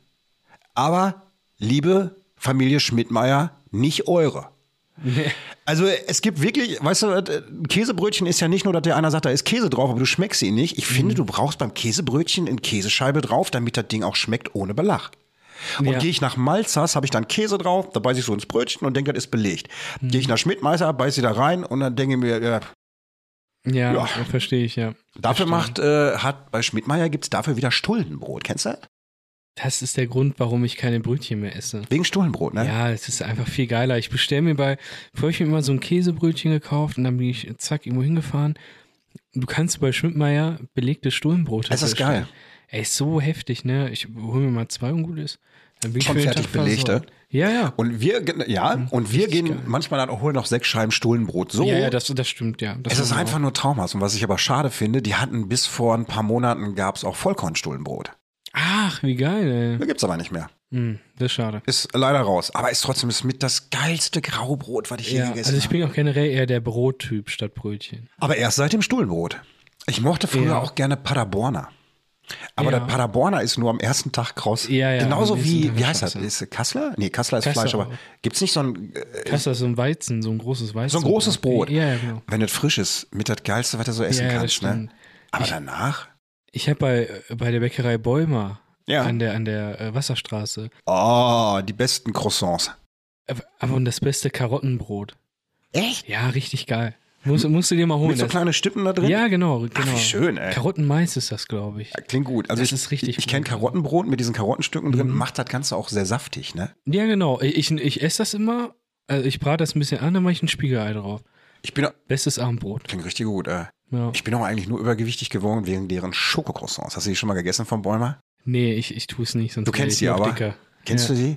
A: Aber, liebe Familie Schmidtmeier, nicht eure.
B: Nee.
A: Also es gibt wirklich, weißt du, das, äh, ein Käsebrötchen ist ja nicht nur, dass der einer sagt, da ist Käse drauf, aber du schmeckst ihn nicht. Ich
B: Mhm.
A: finde, du brauchst beim Käsebrötchen eine Käsescheibe drauf, damit das Ding auch schmeckt ohne Belag. Und
B: Ja.
A: gehe ich nach Malzers, habe ich dann Käse drauf, da beiße ich so ins Brötchen und denke, das ist belegt. Gehe ich nach Schmidtmeister, beiße ich da rein und dann denke ich mir, ja,
B: Ja,
A: Ja.
B: verstehe ich, ja.
A: dafür
B: Verstehe.
A: macht, äh, hat bei Schmidtmeier gibt es dafür wieder Stullenbrot. Kennst du? das?
B: Das ist der Grund, warum ich keine Brötchen mehr esse.
A: Wegen Stullenbrot, ne?
B: Ja, es ist einfach viel geiler. Ich bestelle mir bei, früher habe ich mir immer so ein Käsebrötchen gekauft und dann bin ich zack irgendwo hingefahren. Du kannst bei Schmidtmeier belegte Stullenbrote
A: Das ist
B: bestellen.
A: geil.
B: Ey, ist so heftig, ne? Ich hole mir mal zwei und gut ist. Dann bin
A: Schon
B: ich für den
A: fertig ne?
B: Tag
A: belegte?
B: versorgt. Ja, ja. Hm,
A: Und wir, ge- ja, und wir gehen
B: geil.
A: manchmal dann auch holen noch sechs Scheiben Stullenbrot. So.
B: ja, ja, das, das stimmt, ja. Das
A: Es ist
B: machen wir
A: einfach nur Traumas. Und was ich aber schade finde, die hatten bis vor ein paar Monaten gab es auch Vollkornstullenbrot.
B: auch. Ach, wie geil,
A: Da gibt es aber nicht mehr.
B: ey. Hm, das ist schade.
A: Ist leider raus. Aber ist trotzdem ist mit das geilste Graubrot, was ich je
B: Ja,
A: gegessen
B: also ich
A: habe.
B: bin auch generell eher der Brottyp statt Brötchen.
A: Aber erst seit dem Stullenbrot. Ich mochte früher
B: Ja.
A: auch gerne Paderborner. Aber
B: Ja.
A: der Paderborner ist nur am ersten Tag kraus.
B: Ja, ja, am
A: Genauso
B: nächsten
A: wie,
B: Tag
A: wie
B: ist
A: heißt das?
B: Scheiße.
A: Ist Kassler? Nee, Kassler ist
B: Kassler
A: Fleisch, aber
B: auch.
A: gibt es nicht so ein, äh,
B: Hast du das so ein Weizen, so ein großes Weizen?
A: so ein großes Brot?
B: Ja, ja, genau.
A: Wenn das frisch ist, mit das Geilste, was du so essen
B: Ja, ja, das
A: kannst. Ne?
B: stimmt.
A: Aber
B: Ich-
A: danach?
B: Ich habe bei, bei der Bäckerei Bäumer
A: Ja.
B: an der, an der äh, Wasserstraße.
A: Oh, die besten Croissants.
B: Aber, aber und das beste Karottenbrot.
A: Echt?
B: Ja, richtig geil. Muss, musst du dir mal holen.
A: Mit so
B: Oh, Das-
A: kleine Stippen da drin?
B: ja, genau, genau.
A: wie schön, ey.
B: Karottenmais ist das, glaube ich.
A: Ja, Klingt gut. Also
B: Das
A: ich,
B: ist richtig
A: Ich kenne
B: gut. Mhm.
A: Karottenbrot mit diesen Karottenstücken drin, macht das Ganze auch sehr saftig, ne?
B: Ja, genau. Ich, ich, ich esse das immer. Also ich brate das ein bisschen an, dann mache ich ein Spiegelei drauf.
A: Ich bin
B: Bestes Abendbrot.
A: klingt richtig gut. Äh.
B: Ja.
A: Ich bin auch eigentlich nur übergewichtig geworden wegen deren Schokocroissants. Hast du die schon mal gegessen von Bäumer?
B: Nee, ich, ich tue es nicht, sonst
A: Du kennst
B: werd ich
A: die
B: noch
A: aber.
B: dicker.
A: Kennst
B: ja.
A: du die?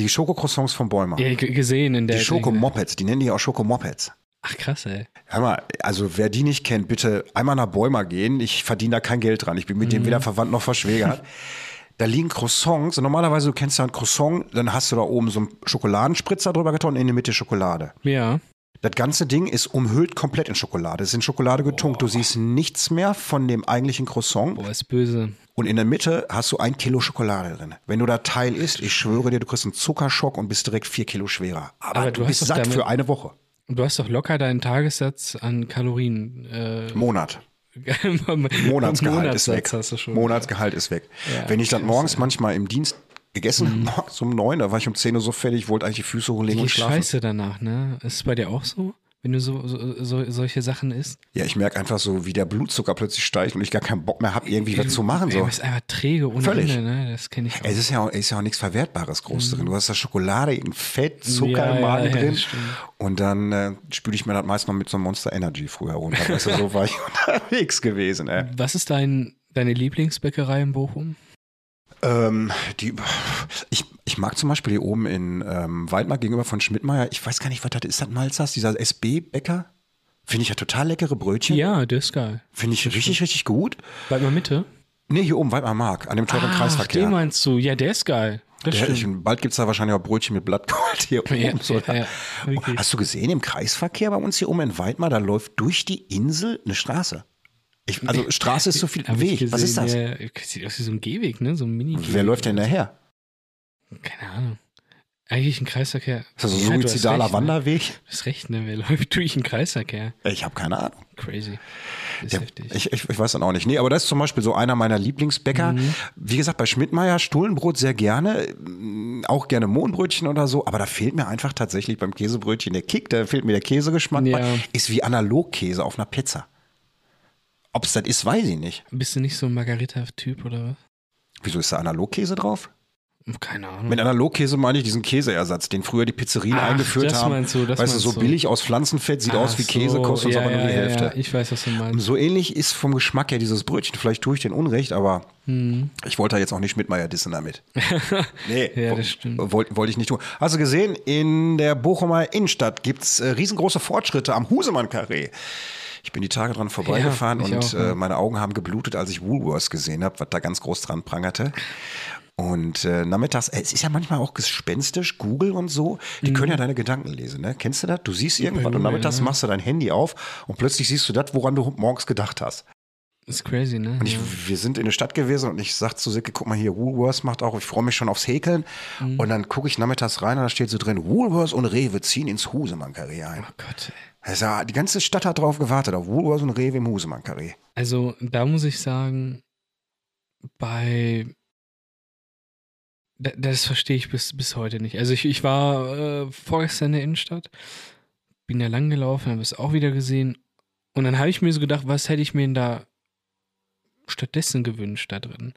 A: Die Schokocroissants von Bäumer.
B: Ja, g- gesehen in der. ne?
A: Die Schokomopeds, die nennen die auch Schokomopeds.
B: Ach krass, ey.
A: Hör mal, also wer die nicht kennt, bitte einmal nach Bäumer gehen. Ich verdiene da kein Geld dran. Ich bin mit
B: Mhm.
A: dem weder verwandt noch
B: [laughs]
A: verschwägert. Da liegen Croissants. Und normalerweise, du kennst ja ein Croissant, dann hast du da oben so einen Schokoladenspritzer drüber getan und in der Mitte Schokolade.
B: Ja.
A: Das ganze Ding ist umhüllt komplett in Schokolade. Es ist in Schokolade getunkt. Du siehst nichts mehr von dem eigentlichen Croissant.
B: Boah, ist böse.
A: Und in der Mitte hast du ein Kilo Schokolade drin. Wenn du da Teil isst, ich schwöre dir, du kriegst einen Zuckerschock und bist direkt vier Kilo schwerer. Aber,
B: Aber
A: du,
B: du hast
A: bist
B: doch
A: satt
B: damit-
A: für eine Woche.
B: Und du hast doch locker deinen Tagessatz an Kalorien. Äh, [laughs]
A: Monat.
B: Monatsgehalt
A: Monatsgehalt ist weg.
B: Hast du schon.
A: Monatsgehalt ist weg. Wenn ich dann morgens manchmal im Dienst
B: Mhm.
A: gegessen [laughs] morgens um neun, da war ich um zehn Uhr so fertig, wollte eigentlich die Füße hochlegen
B: Die
A: und schlafen.
B: Scheiße danach, ne? Ist es bei dir auch so, wenn du so, so, so solche Sachen isst?
A: Ja, ich merke einfach so, wie der Blutzucker plötzlich steigt und ich gar keinen Bock mehr habe,
B: Äh,
A: irgendwie was zu machen.
B: Ey,
A: So.
B: Du bist einfach träge ohne
A: Völlig.
B: Ende, ne? Das kenne ich auch.
A: Es ist ja, auch, ist ja auch nichts Verwertbares groß drin. Du hast da Schokolade in Fett, Zucker
B: Mhm. Ja,
A: im Magen
B: ja, ja,
A: drin.
B: das stimmt.
A: und dann äh, spüle ich mir das meist noch mit so einem Monster Energy früher runter. Weißt du, so war ich [laughs] unterwegs gewesen. Ey.
B: Was ist dein, deine Lieblingsbäckerei in Bochum?
A: Ähm, die, ich, ich mag zum Beispiel hier oben in ähm, Waldmark gegenüber von Schmidtmeier, ich weiß gar nicht, was das ist, das Malzers, dieser SB-Bäcker. Finde ich ja total leckere Brötchen.
B: Ja, das ist geil.
A: Finde ich richtig, richtig gut.
B: Bleib mal Mitte.
A: Nee, hier oben, Waldmark Mark, an dem teuren
B: Ach,
A: Kreisverkehr.
B: den meinst du. Ja, der ist geil. Ah, Das
A: Ja,
B: stimmt.
A: ich, und bald gibt es da wahrscheinlich auch Brötchen mit Blattgold hier oben.
B: Ja,
A: so.
B: ja, ja, wirklich.
A: Hast du gesehen, im Kreisverkehr bei uns hier oben in Weidmar, da läuft durch die Insel eine Straße. Ich, also Straße ist so viel
B: [laughs] Hab ich
A: Weg. Was ist das?
B: gesehen, Ja, sieht aus wie so ein Gehweg, ne? So ein mini -Gehweg.
A: Wer läuft denn daher?
B: Keine Ahnung. Eigentlich ein Kreisverkehr.
A: Ist das so
B: Ja,
A: ein
B: du hast
A: suizidaler
B: recht, Ne?
A: Wanderweg? Äh,
B: Du hast recht, ne? Wer [laughs] läuft durch einen Kreisverkehr?
A: Ich habe keine Ahnung.
B: Crazy. Das ist
A: Ja,
B: heftig.
A: ich, ich, ich weiß dann auch nicht. Nee, aber das ist zum Beispiel so einer meiner Lieblingsbäcker.
B: Mhm.
A: Wie gesagt, bei Schmidtmeier Stullenbrot sehr gerne, mh, auch gerne Mohnbrötchen oder so, aber da fehlt mir einfach tatsächlich beim Käsebrötchen der Kick, da fehlt mir der Käsegeschmack.
B: Ja.
A: bei. Ist wie Analogkäse auf einer Pizza. Ob es das ist, weiß ich nicht.
B: Bist du nicht so ein Margarita-Typ oder
A: Wieso ist da Analogkäse drauf?
B: was? Keine Ahnung.
A: Mit Analogkäse meine ich diesen Käseersatz, den früher die Pizzerien
B: Ach,
A: eingeführt
B: das
A: haben.
B: meinst du, das
A: weißt du, so
B: meinst du.
A: billig aus Pflanzenfett, sieht
B: Ach
A: aus wie Käse,
B: Ah, so,
A: kostet uns
B: ja,
A: aber nur
B: ja,
A: die
B: ja,
A: Hälfte.
B: Ja, ich weiß, was du meinst.
A: So ähnlich ist vom Geschmack her dieses Brötchen. Vielleicht tue ich den Unrecht, aber
B: Hm.
A: ich wollte da jetzt auch nicht Schmidtmeier dissen
B: [laughs]
A: damit. Nee,
B: Ja,
A: wo-
B: das stimmt.
A: Wollte wollte ich nicht tun. Hast du gesehen, in der Bochumer Innenstadt gibt es äh, riesengroße Fortschritte am Husemann-Karree. Ich bin die Tage dran vorbeigefahren
B: Ja, ich
A: und
B: auch,
A: äh, meine Augen haben geblutet, als ich Woolworths gesehen habe, was da ganz groß dran prangerte. Und äh, nachmittags, äh, es ist ja manchmal auch gespenstisch, Google und so, die können
B: Mhm.
A: ja deine Gedanken lesen. Ne? Kennst du das? Du siehst irgendwas und
B: Google,
A: nachmittags machst du dein Handy auf und plötzlich siehst du das, woran du morgens gedacht hast.
B: ist crazy, ne?
A: Und ich,
B: ja.
A: wir sind in der Stadt gewesen und ich sag zu Silke, guck mal hier, Woolworths macht auch, ich freue mich schon aufs Häkeln. Und dann gucke ich nachmittags rein und da steht so drin, Woolworths und Rewe ziehen ins Husemann-Karree ein.
B: Oh Gott, ey.
A: Also, die ganze Stadt hat drauf gewartet, auf Woolworths und Rewe im Husemann-Karree.
B: Also, da muss ich sagen, bei. Da- Das verstehe ich bis, bis heute nicht. Also, ich, ich war äh, vorgestern in der Innenstadt, bin da lang gelaufen, habe es auch wieder gesehen. Und dann habe ich mir so gedacht, was hätte ich mir denn da stattdessen gewünscht da drin?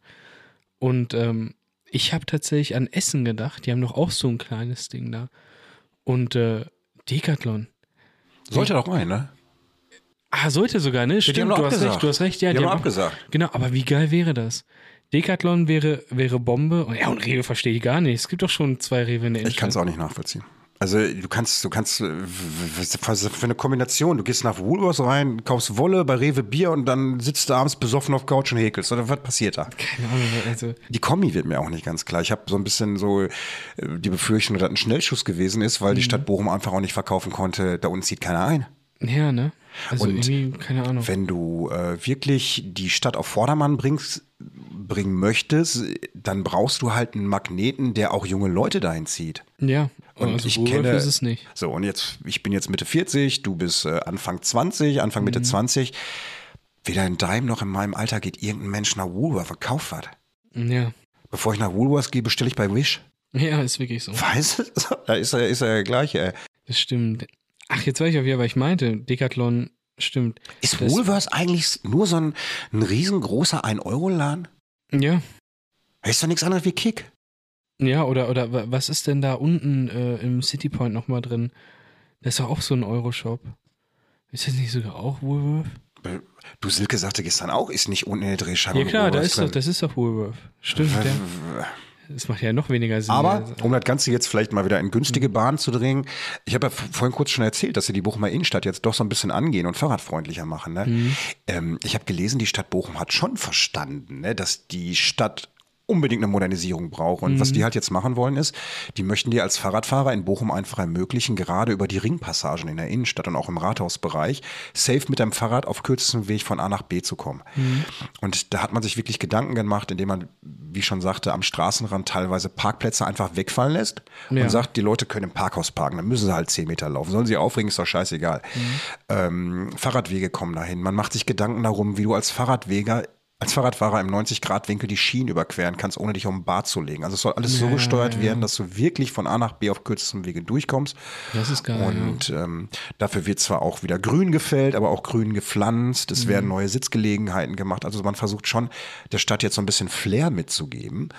B: Und ähm, ich habe tatsächlich an Essen gedacht. Die haben doch auch so ein kleines Ding da. Und äh, Decathlon.
A: Sollte doch rein, ne?
B: Ah, sollte sogar, ne?
A: haben
B: Stimmt,
A: doch
B: du hast
A: abgesagt.
B: recht, du hast recht. Ja,
A: Die haben
B: ab-
A: abgesagt.
B: Genau, aber wie geil wäre das? Decathlon wäre, wäre Bombe. Und, ja, und Rewe verstehe ich gar nicht. Es gibt doch schon zwei Rewe in der
A: Ich kann es
B: Innenstadt.
A: auch nicht nachvollziehen. Also du kannst, du kannst, äh, was was für eine Kombination. Du gehst nach Woolworths rein, kaufst Wolle, bei Rewe Bier und dann sitzt du abends besoffen auf Couch und häkelst. Oder was passiert da?
B: Keine Ahnung, also.
A: Die Kombi wird mir auch nicht ganz klar. Ich habe so ein bisschen so äh, die Befürchtung, dass ein Schnellschuss gewesen ist, weil die Stadt Bochum einfach auch nicht verkaufen konnte. Da unten zieht keiner ein.
B: Ja, ne? Also
A: Und
B: irgendwie, keine Ahnung.
A: Wenn du äh, wirklich die Stadt auf Vordermann bringst, bringen möchtest, dann brauchst du halt einen Magneten, der auch junge Leute dahin zieht.
B: Ja,
A: Und
B: also
A: ich
B: Woolworth
A: kenne
B: ist es nicht.
A: So, und jetzt, ich bin jetzt Mitte 40, du bist äh, Anfang 20, Anfang Mitte
B: Mhm.
A: 20. Weder in deinem noch in meinem Alter geht irgendein Mensch nach Woolworth und kauft was.
B: Ja.
A: Bevor ich nach Woolworth gehe, bestelle ich bei Wish.
B: Ja, ist wirklich so.
A: Weißt du? So, Da ist er, ist er äh. der gleiche, ey.
B: Das stimmt. Ach, jetzt weiß ich auch wieder, weil ich meinte, Decathlon stimmt.
A: Ist
B: Das-
A: Woolworth eigentlich nur so ein, ein riesengroßer 1-Euro-Laden?
B: Ja.
A: Das Ist doch nichts anderes wie Kick.
B: Ja, oder, oder wa- was ist denn da unten äh, im City Point nochmal drin? Das ist doch auch so ein Euroshop. Ist das nicht sogar auch Woolworth?
A: Du, Silke sagte gestern auch, ist nicht unten in der Drehscheibe.
B: Ja klar, da
A: Woolworth
B: ist
A: drin.
B: doch, das ist doch Woolworth. Stimmt, ja.
A: Äh,
B: Das macht ja noch weniger Sinn.
A: Aber
B: Also,
A: um das Ganze jetzt vielleicht mal wieder in günstige Bahn zu drängen, ich habe ja v- vorhin kurz schon erzählt, dass sie die Bochumer Innenstadt jetzt doch so ein bisschen angehen und fahrradfreundlicher machen. Ne? Ähm, ich habe gelesen, die Stadt Bochum hat schon verstanden, ne, dass die Stadt unbedingt eine Modernisierung braucht. Und was die halt jetzt machen wollen ist, die möchten dir als Fahrradfahrer in Bochum einfach ermöglichen, gerade über die Ringpassagen in der Innenstadt und auch im Rathausbereich, safe mit deinem Fahrrad auf kürzestem Weg von A nach B zu kommen. Und da hat man sich wirklich Gedanken gemacht, indem man, wie ich schon sagte, am Straßenrand teilweise Parkplätze einfach wegfallen lässt
B: Ja.
A: und sagt, die Leute können im Parkhaus parken, dann müssen sie halt 10 Meter laufen. Sollen sie aufregen, ist doch scheißegal. Ähm, Fahrradwege kommen dahin. Man macht sich Gedanken darum, wie du als Fahrradweger als Fahrradfahrer im 90-Grad-Winkel die Schienen überqueren kannst, ohne dich auf den Bart zu legen. Also es soll alles so
B: Ja,
A: gesteuert
B: ja.
A: werden, dass du wirklich von A nach B auf kürzestem Wege durchkommst.
B: Das ist geil.
A: Und ähm, dafür wird zwar auch wieder grün gefällt, aber auch grün gepflanzt. Es werden neue Sitzgelegenheiten gemacht. Also man versucht schon, der Stadt jetzt so ein bisschen Flair mitzugeben.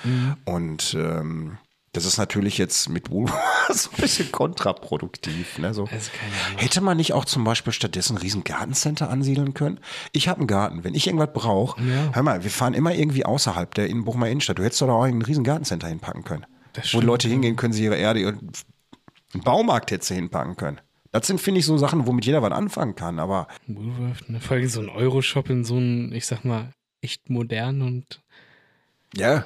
A: Und ähm, das ist natürlich jetzt mit Woolworth so [laughs] ein bisschen kontraproduktiv. Ne? So.
B: Also keine Ahnung.
A: Hätte man nicht auch zum Beispiel stattdessen ein riesen Gartencenter ansiedeln können? Ich habe einen Garten. Wenn ich irgendwas brauche,
B: Ja.
A: hör mal, wir fahren immer irgendwie außerhalb der in Bochumer Innenstadt. Du hättest doch auch ein riesen Gartencenter hinpacken können. Wo
B: Das
A: die
B: stimmt,
A: Leute hingehen, können sie ihre Erde und einen Baumarkt hätte sie hinpacken können. Das sind, finde ich, so Sachen, womit jeder was anfangen kann. Aber
B: Woolworth, ne? Vor allem so ein Euroshop in so einem, ich sag mal, echt modern und
A: ja,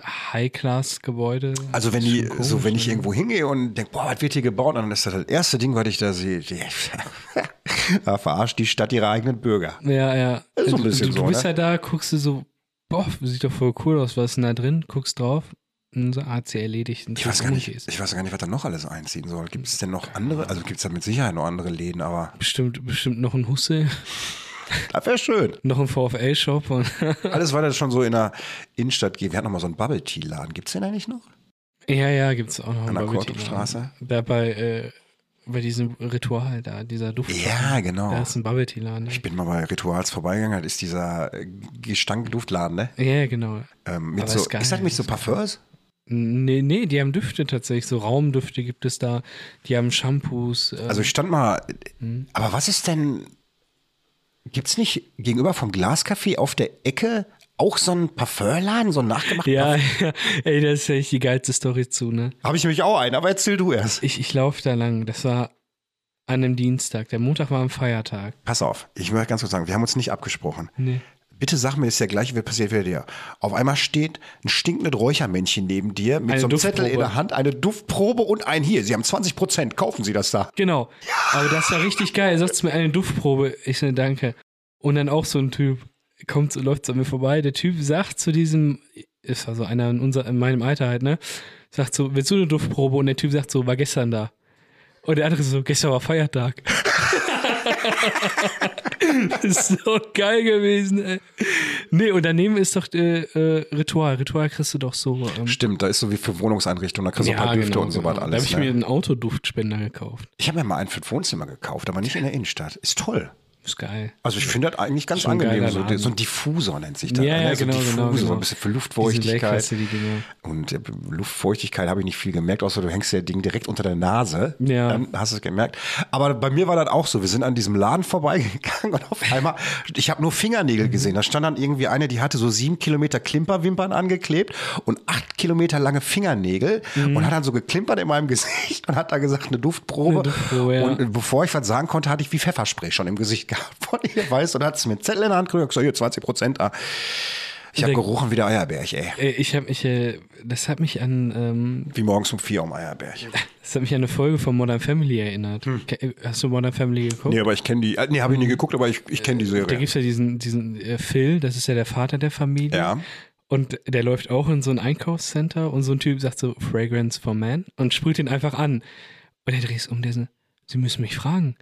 B: High-Class-Gebäude.
A: also wenn
B: Ist
A: die,
B: schon komisch,
A: so wenn ich
B: ne?
A: irgendwo hingehe und denke, boah, was wird hier gebaut, dann ist das das erste Ding, was ich da sehe. Die- [laughs] da verarscht die Stadt ihre eigenen Bürger.
B: ne? Ja, ja.
A: Ist so ein
B: Du-
A: bisschen
B: du,
A: so,
B: du bist
A: ne?
B: ja da, guckst du so, boah, sieht doch voll cool aus, was ist denn da drin? Guckst drauf, und so AC erledigt. und
A: Ich weiß,
B: so
A: gar nicht,
B: ruhig ist.
A: ich weiß gar nicht, was da noch alles einziehen soll. Gibt es denn noch andere? Also gibt es da mit Sicherheit noch andere Läden, aber
B: Bestimmt, bestimmt noch ein Husse, [laughs]
A: das wäre schön.
B: noch ein VfL-Shop und [laughs]
A: Alles weiter schon so in der Innenstadt geht. Wir hatten noch mal so einen Bubble-Tea-Laden. Gibt es den eigentlich noch?
B: Ja, ja, gibt's auch noch.
A: An der
B: einen Bubble Tea
A: Kortumstraße?
B: Laden. Da bei, äh, bei diesem Ritual da, dieser Duft.
A: Ja, genau.
B: Da ist ein Bubble Tea Laden. ne?
A: Ich bin mal bei Rituals vorbeigegangen, das ist dieser äh, Gestankduftladen, ne?
B: Ja, genau.
A: Ähm, mit
B: Aber
A: so,
B: ist
A: ist,
B: geil,
A: das nicht so
B: ist geil.
A: Parfums?
B: Nee, nee, die haben Düfte tatsächlich. So Raumdüfte gibt es da. Die haben Shampoos. Äh,
A: Also ich stand mal,
B: Hm.
A: aber was ist denn, gibt es nicht gegenüber vom Glascafé auf der Ecke auch so einen Parfumladen, so einen nachgemachten?
B: ja, [laughs] ja, ey, das ist echt die geilste Story zu, ne?
A: Habe ich nämlich auch einen, aber erzähl du erst.
B: Ich, ich laufe da lang. Das war an einem Dienstag. Der Montag war am Feiertag.
A: Pass auf, ich möchte ganz kurz sagen, wir haben uns nicht abgesprochen.
B: Nee.
A: Bitte sag mir, ist der gleiche, wie passiert wieder dir. Auf einmal steht ein stinkendes Räuchermännchen neben dir mit
B: Eine
A: so einem Zettel in
B: Duftprobe.
A: der Hand, eine Duftprobe und ein hier. Sie haben 20 Prozent, kaufen Sie das da.
B: Genau. Aber das war richtig geil. Er sagt zu mir eine Duftprobe. Ich sage, danke. Und dann auch so ein Typ kommt, so- läuft so an mir vorbei. Der Typ sagt zu diesem, ist also einer in, unser, in meinem Alter halt, ne? Sagt so, willst du eine Duftprobe? Und der Typ sagt so, war gestern da. Und der andere so, gestern war Feiertag. [laughs] das ist so geil gewesen, ey. Nee, und daneben ist doch äh, äh, Ritual. Ritual kriegst du doch so. Ähm,
A: Stimmt, da ist so wie für Wohnungseinrichtungen, da kriegst du ein paar Düfte und so was
B: genau, Da habe
A: alles.
B: ich
A: ne?
B: mir einen Autoduftspender gekauft.
A: Ich habe mir mal einen für das Wohnzimmer gekauft, aber nicht in der Innenstadt. Ist toll.
B: Ist geil.
A: Also ich finde das eigentlich ganz
B: Schon ein
A: angenehm.
B: geiler
A: So,
B: Laden.
A: so ein Diffusor nennt sich das.
B: Ja, ja,
A: ne? so
B: genau,
A: Diffusor,
B: genau, genau.
A: so ein bisschen für
B: Diese
A: Luftfeuchtigkeit.
B: Weltklasse, die Dinger.
A: Und äh, Luftfeuchtigkeit habe ich nicht viel gemerkt, außer du hängst dir das Ding direkt unter der Nase.
B: Ja.
A: Dann hast du es gemerkt. Aber bei mir war das auch so. Wir sind an diesem Laden vorbeigegangen [laughs] und auf einmal, ich habe nur Fingernägel
B: Mhm.
A: gesehen. Da stand dann irgendwie eine, die hatte so sieben Kilometer Klimperwimpern angeklebt und acht Kilometer lange Fingernägel
B: Mhm.
A: und hat dann so geklimpert in meinem [laughs] Gesicht und hat da gesagt, eine Duftprobe.
B: Eine Duftprobe, ja.
A: Und äh, bevor ich was sagen konnte, hatte ich wie Pfefferspray schon im Gesicht [laughs] gehabt von ihr, weißt du, und hat es mir einen Zettel in der Hand gerückt, so hier 20 Prozent. ah. Ich habe
B: Der-
A: gerochen wie der Eierberg, ey.
B: Äh, Ich habe mich, äh, das hat mich an, ähm,
A: Wie morgens um vier um Eierberg.
B: das hat mich an eine Folge von Modern Family erinnert. Ke- äh, Hast du Modern Family geguckt?
A: Nee, aber ich kenne die. äh, Nee, habe ich nie geguckt, aber ich, ich kenne die
B: Äh, Da
A: Serie.
B: gibt's ja diesen, diesen äh, Phil, das ist ja der Vater der Familie.
A: Ja.
B: Und der läuft auch in so ein Einkaufscenter und so ein Typ sagt so Fragrance for Man und sprüht ihn einfach an. Und er dreht sich um, der so, Sie müssen mich fragen.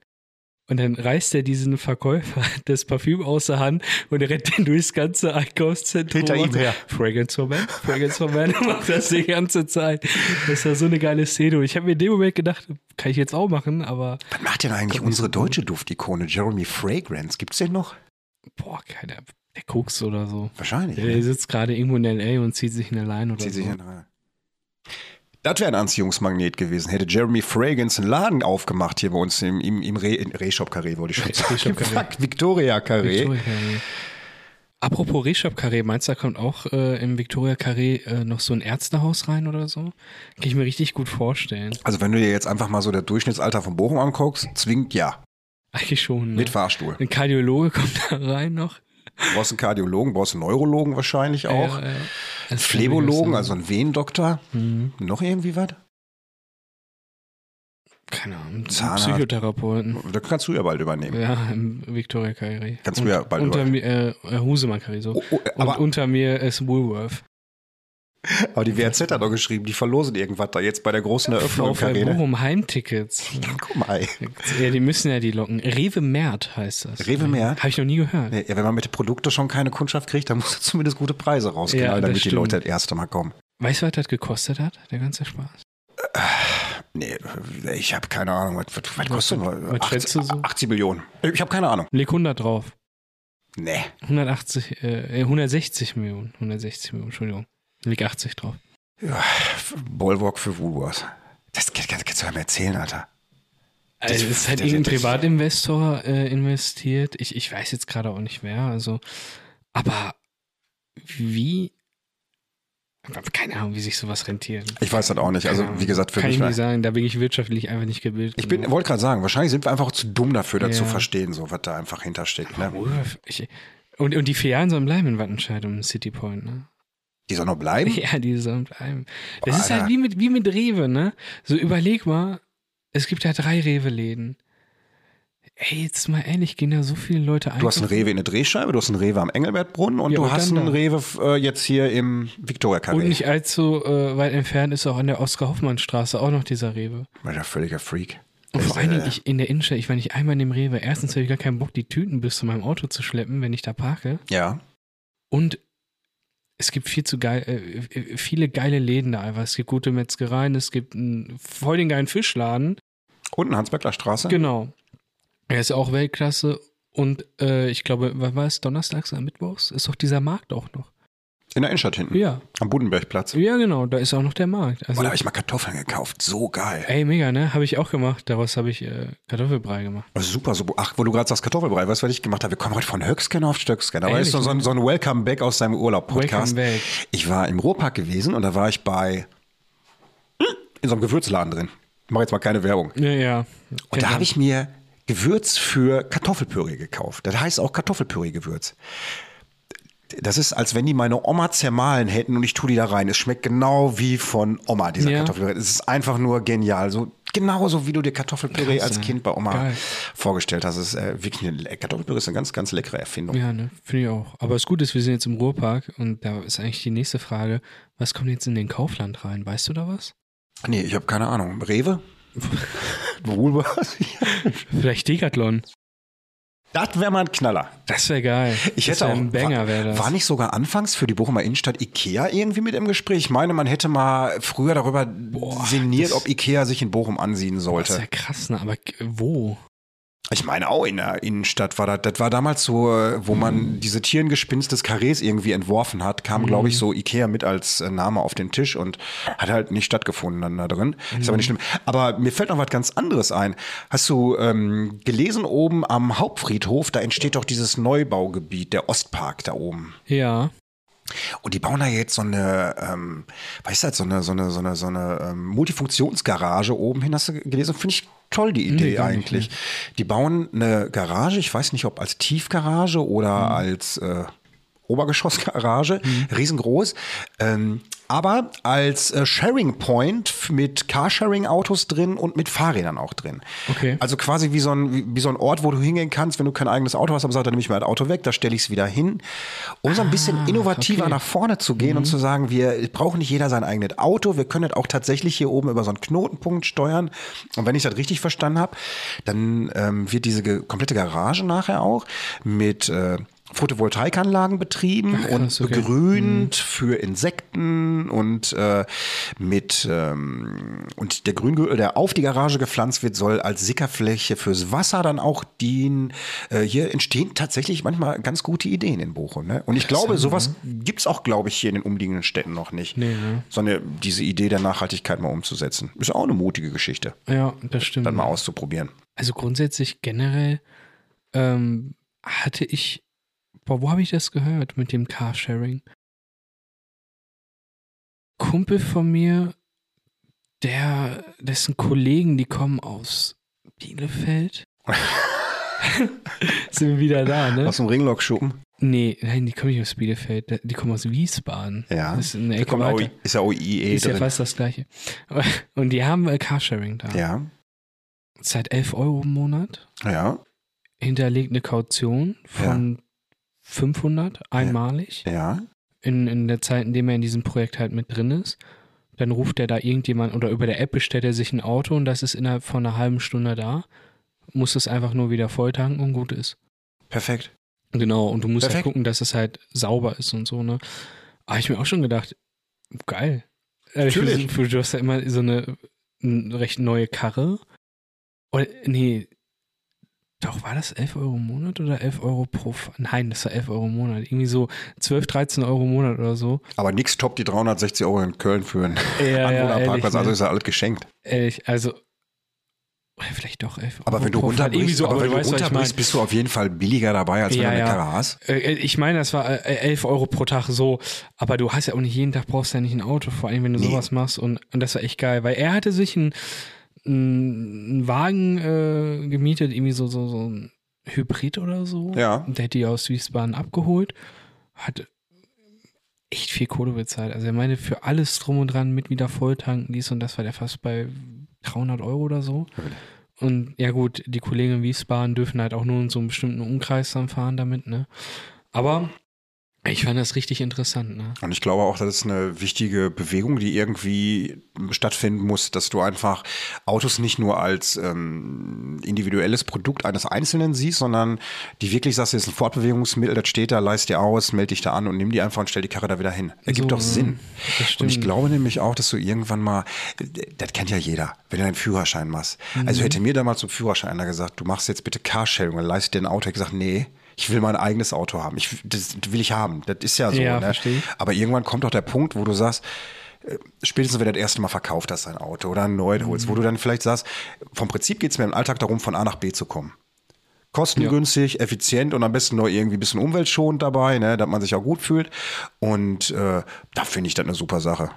B: Und dann reißt er diesen Verkäufer [laughs] das Parfüm aus der Hand und er rennt dann durchs ganze Einkaufszentrum.
A: Hinter
B: und
A: ihm
B: macht so,
A: her.
B: Fragrance for Man, Fragrance for Man [laughs] und macht das die ganze Zeit. Das war so eine geile Szene. Und ich habe mir in dem Moment gedacht, kann ich jetzt auch machen, aber
A: Was macht denn eigentlich unsere deutsche Duftikone, Jeremy Fragrance? Gibt's den noch?
B: boah, keiner, der guckst oder so.
A: Wahrscheinlich. ne?
B: Der der sitzt gerade irgendwo in L.A. und zieht sich in allein oder
A: Zieht
B: so.
A: sich in rein. Das wäre ein Anziehungsmagnet gewesen. Hätte Jeremy Fragrance einen Laden aufgemacht hier bei uns im, im, im Re, in Reshop Carré, wollte
B: [laughs]
A: ich schon sagen.
B: Reshop Carré.
A: Fuck, Victoria Carré.
B: Victoria Carré. Apropos Reshop Carré, meinst du, da kommt auch äh, im Victoria Carré äh, noch so ein Ärztehaus rein oder so? Kann ich mir richtig gut vorstellen.
A: Also wenn du dir jetzt einfach mal so das Durchschnittsalter von Bochum anguckst, zwingend ja.
B: Eigentlich schon. Ne?
A: Mit Fahrstuhl.
B: ein Kardiologe [laughs] kommt da rein noch.
A: Du brauchst einen Kardiologen, brauchst einen Neurologen wahrscheinlich auch.
B: Ja, ja.
A: Einen Phlebologen, also einen Venendoktor.
B: Mhm.
A: Noch irgendwie was?
B: Keine Ahnung.
A: Zahnarzt.
B: Psychotherapeuten.
A: Das kannst du ja bald übernehmen.
B: Ja, im Victoria Carré.
A: Kannst du
B: Und
A: ja bald
B: Unter mir, äh, Husemann Carré so.
A: Oh, oh,
B: Und
A: aber
B: unter mir ist Woolworth.
A: Aber die WRZ hat doch geschrieben, die verlosen irgendwas da jetzt bei der großen Eröffnung. ne?
B: VfL
A: Karine.
B: Bochum Heimtickets.
A: Ja, guck mal. ey.
B: Ja, die müssen ja die locken. Rewe Mert heißt das.
A: Rewe Mert?
B: Habe ich noch nie gehört.
A: Ja, wenn man mit den Produkten schon keine Kundschaft kriegt, dann muss er zumindest gute Preise rausknallen,
B: Ja, das
A: damit die
B: stimmt.
A: Leute das erste Mal kommen.
B: Weißt du, was das gekostet hat, der ganze Spaß?
A: Nee, ich habe keine Ahnung. Was, was, was kostet
B: Was-
A: denn?
B: was schätzt du so?
A: 80 Millionen. Ich habe keine Ahnung.
B: Leg 100 drauf.
A: Nee.
B: 180, äh, äh, 160 Millionen. 160 Millionen, Entschuldigung. Leg 80 drauf.
A: Ja, Bollwalk für Woolworth. Das kann- kann- kannst du ja mir erzählen, Alter.
B: Also
A: Das-
B: es hat
A: das-
B: irgendein
A: das-
B: Privatinvestor äh, investiert. Ich, ich weiß jetzt gerade auch nicht wer. Also, aber wie? aber Keine Ahnung, wie sich sowas rentiert.
A: Ich weiß das auch nicht. Also, wie gesagt, für
B: Kann
A: mich
B: ich
A: war-
B: nicht sagen, da bin ich wirtschaftlich einfach nicht gebildet.
A: Ich
B: genug.
A: bin, wollte gerade sagen, wahrscheinlich sind wir einfach auch zu dumm dafür, das zu
B: Ja.
A: verstehen, so was da einfach hintersteckt. Ne?
B: Wohlf- Ich, und, und die Filialen sollen bleiben in Wattenscheid und City Point, ne?
A: Die soll noch bleiben.
B: [laughs] Ja, die sollen bleiben. Das
A: Boah,
B: ist halt
A: Alter.
B: wie mit, wie mit Rewe, ne? So überleg mal, es gibt ja drei Rewe-Läden. Ey, jetzt mal ehrlich, gehen da so viele Leute ein.
A: Du hast einen Rewe in der Drehscheibe, du hast einen Rewe am Engelbertbrunnen und
B: Ja,
A: du
B: und
A: hast
B: dann
A: einen
B: da.
A: Rewe äh, jetzt hier im Victoria Carré.
B: Und nicht allzu äh, weit entfernt ist auch an der Oskar-Hoffmann-Straße auch noch dieser Rewe.
A: Weil der völliger Freak.
B: Und
A: Das
B: vor
A: ist,
B: allen Dingen,
A: äh,
B: ich in der Innenstadt, ich war nicht einmal in dem Rewe. Erstens habe ich gar keinen Bock, die Tüten bis zu meinem Auto zu schleppen, wenn ich da parke.
A: Ja.
B: Und es gibt viel zu geil, äh, äh, viele geile Läden da einfach. Es gibt gute Metzgereien, es gibt einen voll den geilen Fischladen.
A: Unten Hansbergler Straße.
B: Genau. Er ist auch Weltklasse. Und äh, ich glaube, was war es, donnerstags oder mittwochs? Ist doch dieser Markt auch noch.
A: In der Innenstadt hinten.
B: Ja,
A: Am Budenbergplatz.
B: ja genau, da ist auch noch der Markt.
A: Boah,
B: Also,
A: da habe ich mal Kartoffeln gekauft. So geil.
B: ey, mega, ne? Habe ich auch gemacht. Daraus habe ich äh, Kartoffelbrei gemacht.
A: Super, super. Ach, wo du gerade sagst, Kartoffelbrei, weißt du, was ich gemacht habe? Wir kommen heute von Höckscanner auf Stöckscanner. Aber
B: Ehrlich, ne?
A: ist so, so, ein- so ein Welcome Back aus deinem Urlaub-Podcast.
B: Welcome back.
A: Ich war im Ruhrpark gewesen und da war ich bei hm, in so einem Gewürzladen drin. Ich mache jetzt mal keine Werbung.
B: Ja, ja.
A: Und da
B: Kennt
A: habe
B: man.
A: ich mir Gewürz für Kartoffelpüree gekauft. Das heißt auch Kartoffelpüree-Gewürz. Das ist, als wenn die meine Oma zermahlen hätten und ich tue die da rein. Es schmeckt genau wie von Oma, dieser
B: Ja.
A: Kartoffelpüree. Es ist einfach nur genial. So, genauso wie du dir Kartoffelpüree
B: Krass,
A: als
B: ey.
A: Kind bei Oma
B: Geil.
A: vorgestellt hast. Es ist äh, wirklich eine, Kartoffelpüree ist eine ganz, ganz leckere Erfindung.
B: Ja, ne, finde ich auch. Aber das Gute ist, wir sind jetzt im Ruhrpark und da ist eigentlich die nächste Frage, was kommt jetzt in den Kaufland rein? Weißt du da was?
A: Nee, ich habe keine Ahnung. Rewe? [laughs] Woolworth?
B: Vielleicht Decathlon.
A: das wäre mal ein Knaller.
B: Das wäre geil.
A: Ich
B: das
A: hätte
B: wär
A: auch
B: ein Banger
A: war,
B: wäre das.
A: war nicht sogar anfangs für die Bochumer Innenstadt Ikea irgendwie mit im Gespräch. Ich meine, man hätte mal früher darüber sinniert, ob Ikea sich in Bochum ansiedeln
B: das ist
A: sollte.
B: ja krass, ne? Aber k- wo?
A: Ich meine auch in der Innenstadt war das. Das war damals so, äh, wo
B: Hm.
A: man diese Tierengespinst des Karrees irgendwie entworfen hat, kam glaube ich so Ikea mit als äh, Name auf den Tisch und hat halt nicht stattgefunden dann da drin. Ist aber nicht
B: Hm.
A: schlimm. Aber mir fällt noch was ganz anderes ein. Hast du ähm, gelesen oben am Hauptfriedhof? Da entsteht doch dieses Neubaugebiet, der Ostpark da oben.
B: Ja.
A: Und die bauen da jetzt so eine, ähm, weißt du, halt, so eine, so eine, so eine, so eine ähm, Multifunktionsgarage oben hin, hast du gelesen? Finde ich toll, die Idee
B: gar nicht,
A: eigentlich. Die bauen eine Garage, ich weiß nicht, ob als Tiefgarage oder
B: Mhm.
A: als äh, Obergeschossgarage, riesengroß. Ähm, aber als äh, Sharing Point f- mit Carsharing-Autos drin und mit Fahrrädern auch drin.
B: Okay.
A: Also quasi wie so, ein, wie, wie so ein Ort, wo du hingehen kannst, wenn du kein eigenes Auto hast, aber sagst, dann nehme ich mein Auto weg, da stelle ich es wieder hin. Um so ein bisschen innovativer
B: Ah, okay. Mhm.
A: nach vorne zu gehen und zu sagen, wir brauchen nicht jeder sein eigenes Auto, wir können das auch tatsächlich hier oben über so einen Knotenpunkt steuern. Und wenn ich das richtig verstanden habe, dann ähm, wird diese ge komplette Garage nachher auch mit äh, Photovoltaikanlagen betrieben
B: krass,
A: und
B: okay.
A: begrünt für Insekten und äh, mit ähm, und der Grüngürtel, der auf die Garage gepflanzt wird, soll als Sickerfläche fürs Wasser dann auch dienen. Äh, hier entstehen tatsächlich manchmal ganz gute Ideen in Bochum. Ne? Und ich glaube, sowas gibt es auch, glaube ich, hier in den umliegenden Städten noch nicht.
B: Nee, ne?
A: Sondern diese Idee der Nachhaltigkeit mal umzusetzen. Ist auch eine mutige Geschichte,
B: Ja, das stimmt.
A: dann mal auszuprobieren.
B: Also grundsätzlich generell ähm, hatte ich. Boah, wo habe ich das gehört mit dem Carsharing? Kumpel von mir, der, dessen Kollegen, die kommen aus
A: [laughs]
B: Bielefeld. Sind wir wieder da, ne?
A: Aus dem Ringlockschuppen.
B: Nee, nein, die kommen nicht aus Bielefeld, die kommen aus Wiesbaden.
A: Ja.
B: Das ist eine
A: Da
B: Ecke
A: kommt auch,
B: weiter.
A: ist ja OIE
B: Ist ja
A: drin.
B: fast das gleiche. [laughs] Und die haben äh, Carsharing da.
A: Ja,
B: Seit 11 Euro im Monat.
A: ja,
B: hinterlegt eine Kaution von 500 einmalig.
A: ja.
B: in, in der Zeit, in dem er in diesem Projekt halt mit drin ist. Dann ruft er da irgendjemand oder über der App bestellt er sich ein Auto und das ist innerhalb von einer halben Stunde da. Muss es einfach nur wieder volltanken und gut ist.
A: Perfekt.
B: Genau, und du musst halt
A: Perfekt.
B: gucken, dass es halt sauber ist und so, ne? Aber ich mir auch schon gedacht, geil. Also ich
A: Natürlich.
B: find, Du hast ja immer so eine, n- recht neue Karre. Oder, nee, doch, war das 11 Euro im Monat oder 11 Euro pro? Fa- Nein, das war 11 Euro im Monat. Irgendwie so 12, 13 Euro im Monat oder so.
A: Aber nix top die 360 Euro in Köln für einen
B: Ja,
A: Anwohnerparkplatz.
B: ne?
A: also ist ja alles geschenkt.
B: ehrlich, also, oder vielleicht doch 11
A: Aber
B: Euro
A: wenn du
B: pro Fahrt. Irgendwie
A: runterbrichst,
B: so,
A: aber wenn
B: du
A: du
B: weißt, was ich
A: runterbrichst,
B: mein.
A: bist du auf jeden Fall billiger dabei, als wenn
B: Ja,
A: du eine
B: ja.
A: Karre hast.
B: Äh, Ich meine, das war äh, 11 Euro pro Tag so, aber du hast ja auch nicht jeden Tag brauchst ja nicht ein Auto, vor allem wenn du
A: Nee.
B: sowas machst und, und das war echt geil, weil er hatte sich einen, einen Wagen äh, gemietet, irgendwie so, so, so ein Hybrid oder so.
A: Ja.
B: Der hat die aus Wiesbaden abgeholt, hat echt viel Kohle bezahlt. Also er meinte, für alles drum und dran mit wieder volltanken, dies und das war der fast bei 300 Euro oder so. Und ja gut, die Kollegen in Wiesbaden dürfen halt auch nur in so einem bestimmten Umkreis dann fahren damit, ne? Aber ich fand das richtig interessant, ne?
A: Und ich glaube auch, das ist eine wichtige Bewegung, die irgendwie stattfinden muss, dass du einfach Autos nicht nur als ähm, individuelles Produkt eines Einzelnen siehst, sondern die wirklich sagst, das ist ein Fortbewegungsmittel, das steht da, leist dir aus, meld dich da an und nimm die einfach und stell die Karre da wieder hin. Ergibt
B: So,
A: doch
B: ne?
A: Sinn.
B: Das
A: Und ich
B: stimmt.
A: glaube nämlich auch, dass du irgendwann mal, das kennt ja jeder, wenn du einen Führerschein machst. Also hätte mir damals zum Führerschein einer gesagt, du machst jetzt bitte Carsharing und leist dir ein Auto. Ich gesagt, nee, ich will mein eigenes Auto haben. Ich, das will ich haben. Das ist ja so.
B: Ja,
A: ne?
B: verstehe ich.
A: Aber irgendwann kommt doch der Punkt, wo du sagst, äh, Spätestens, wenn du das erste Mal verkauft hast, dein Auto oder ein neues holst, wo du dann vielleicht sagst, vom Prinzip geht es mir im Alltag darum, von A nach B zu kommen. Kostengünstig, effizient und am besten noch irgendwie ein bisschen umweltschonend dabei, ne, dass man sich auch gut fühlt. Und äh, da finde ich das eine super Sache.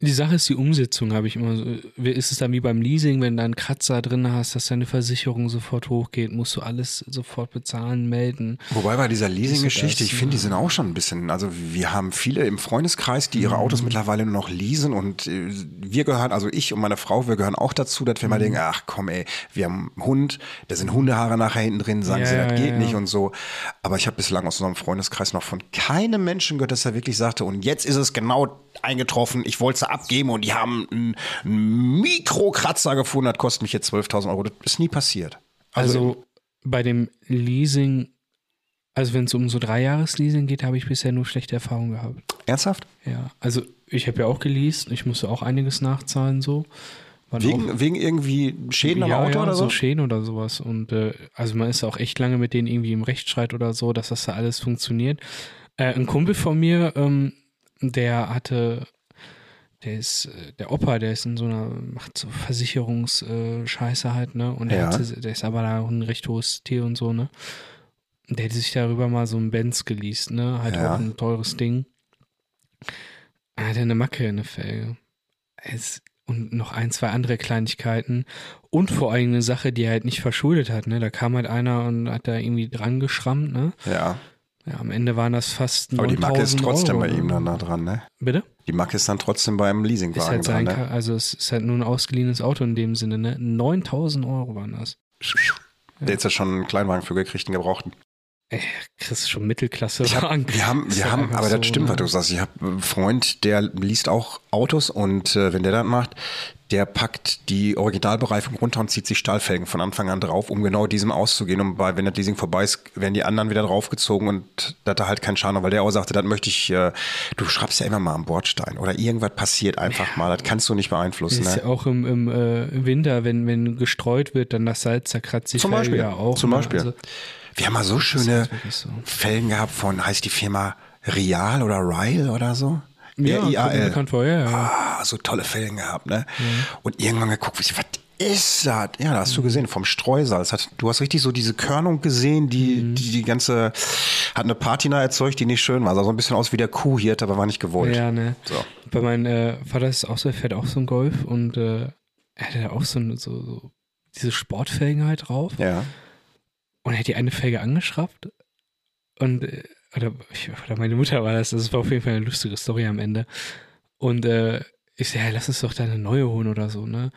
B: Die Sache ist die Umsetzung, habe ich immer so. Ist es dann wie beim Leasing, wenn du einen Kratzer drin hast, dass deine Versicherung sofort hochgeht, musst du alles sofort bezahlen, melden.
A: Wobei bei dieser
B: Ist so
A: Leasing-Geschichte,
B: das,
A: ich finde, die sind auch schon ein bisschen, also wir haben viele im Freundeskreis, die ihre
B: Mhm.
A: Autos mittlerweile nur noch leasen und äh, wir gehören, also ich und meine Frau, wir gehören auch dazu, dass wir
B: Mhm.
A: mal denken, ach komm ey, wir haben einen Hund, da sind Hundehaare nachher hinten drin, sagen
B: Ja,
A: sie,
B: ja,
A: das geht
B: ja,
A: nicht
B: ja.
A: und so. Aber ich habe bislang aus unserem Freundeskreis noch von keinem Menschen gehört, dass er wirklich sagte, und jetzt ist es genau eingetroffen, ich wollte es abgeben und die haben einen- einen Mikrokratzer gefunden, das kostet mich jetzt 12.000 Euro. Das ist nie passiert.
B: Also, bei dem Leasing, also wenn es um so Dreijahresleasing geht, habe ich bisher nur schlechte Erfahrungen gehabt.
A: Ernsthaft?
B: Ja, also ich habe ja auch geleast, ich musste auch einiges nachzahlen so. Waren auch-
A: Wegen, wegen irgendwie Schäden
B: ja,
A: am Auto
B: ja,
A: oder so?
B: Schäden oder sowas. Und äh, also man ist auch echt lange mit denen irgendwie im Rechtsstreit oder so, dass das da alles funktioniert. Äh, ein Kumpel von mir, ähm, der hatte, der ist, äh, der Opa, der ist in so einer, macht so Versicherungsscheiße halt, ne? Und der,
A: Ja.
B: hatte, der ist aber da auch ein recht hohes Tier und so, ne? Und Der hätte sich darüber mal so ein Benz geleast, ne? Halt
A: Ja.
B: auch ein teures Ding. Er hatte eine Macke in der Felge. Es, und noch ein, zwei andere Kleinigkeiten. Und vor allem eine Sache, die er halt nicht verschuldet hat, ne? Da kam halt einer und hat da irgendwie dran geschrammt, ne?
A: Ja.
B: Ja, am Ende waren das fast 9000
A: Aber die Macke ist trotzdem
B: Euro,
A: bei ihm
B: ne?
A: dann da dran, ne?
B: Bitte?
A: Die Macke ist dann trotzdem beim
B: Ist
A: Leasingwagen
B: halt sein,
A: dran, ne?
B: Ka- also es ist halt nur ein ausgeliehenes Auto in dem Sinne, ne? 9000 Euro waren das.
A: Der jetzt ja schon einen Kleinwagen für gekriegt, einen gebrauchten.
B: Chris, schon Mittelklasse.
A: Ich hab,
B: Wagen.
A: wir haben,
B: Ist
A: wir
B: halt
A: haben,
B: einfach
A: aber
B: so,
A: das stimmt,
B: ne?
A: was du sagst. Ich habe einen Freund, der liest auch Autos und äh, wenn der das macht, der packt die Originalbereifung runter und zieht sich Stahlfelgen von Anfang an drauf, um genau diesem auszugehen. Und bei, wenn das Leasing vorbei ist, werden die anderen wieder draufgezogen und da hat er halt keinen Schaden, weil der auch sagte, das möchte ich, äh, du schraubst ja immer mal am Bordstein oder irgendwas passiert einfach mal, das kannst du nicht beeinflussen.
B: Das
A: Ne?
B: ist ja auch im, im äh, Winter, wenn, wenn gestreut wird, dann das Salz zerkratzt sich
A: Zum Beispiel.
B: ja auch.
A: zum
B: ne?
A: Beispiel.
B: Also,
A: wir haben mal so schöne
B: wirklich so.
A: Felgen gehabt von, heißt die Firma Rial oder Ryle oder so?
B: ja, kommt mir
A: R-I-A-L.
B: bekannt vor, ja, ja.
A: Ah, so tolle Felgen gehabt, ne?
B: Mhm.
A: Und irgendwann geguckt, was ist das? Ja, da hast du gesehen, vom Streusalz. Hat, du hast richtig so diese Körnung gesehen, die,
B: Mhm.
A: die die ganze, hat eine Patina erzeugt, die nicht schön war. Sah so ein bisschen aus wie der Kuhhirt, aber war nicht gewollt.
B: Ja, ne.
A: So.
B: Bei meinem äh, Vater ist es auch so, er fährt auch so einen Golf und äh, er hatte da auch so, ein- so, so diese Sportfelgen halt drauf.
A: Ja.
B: Und er hat die eine Felge angeschraubt. Und, äh, oder, ich, oder meine Mutter war das, das war auf jeden Fall eine lustige Story am Ende. Und äh, ich so, ja, lass uns doch da eine neue holen oder so, ne?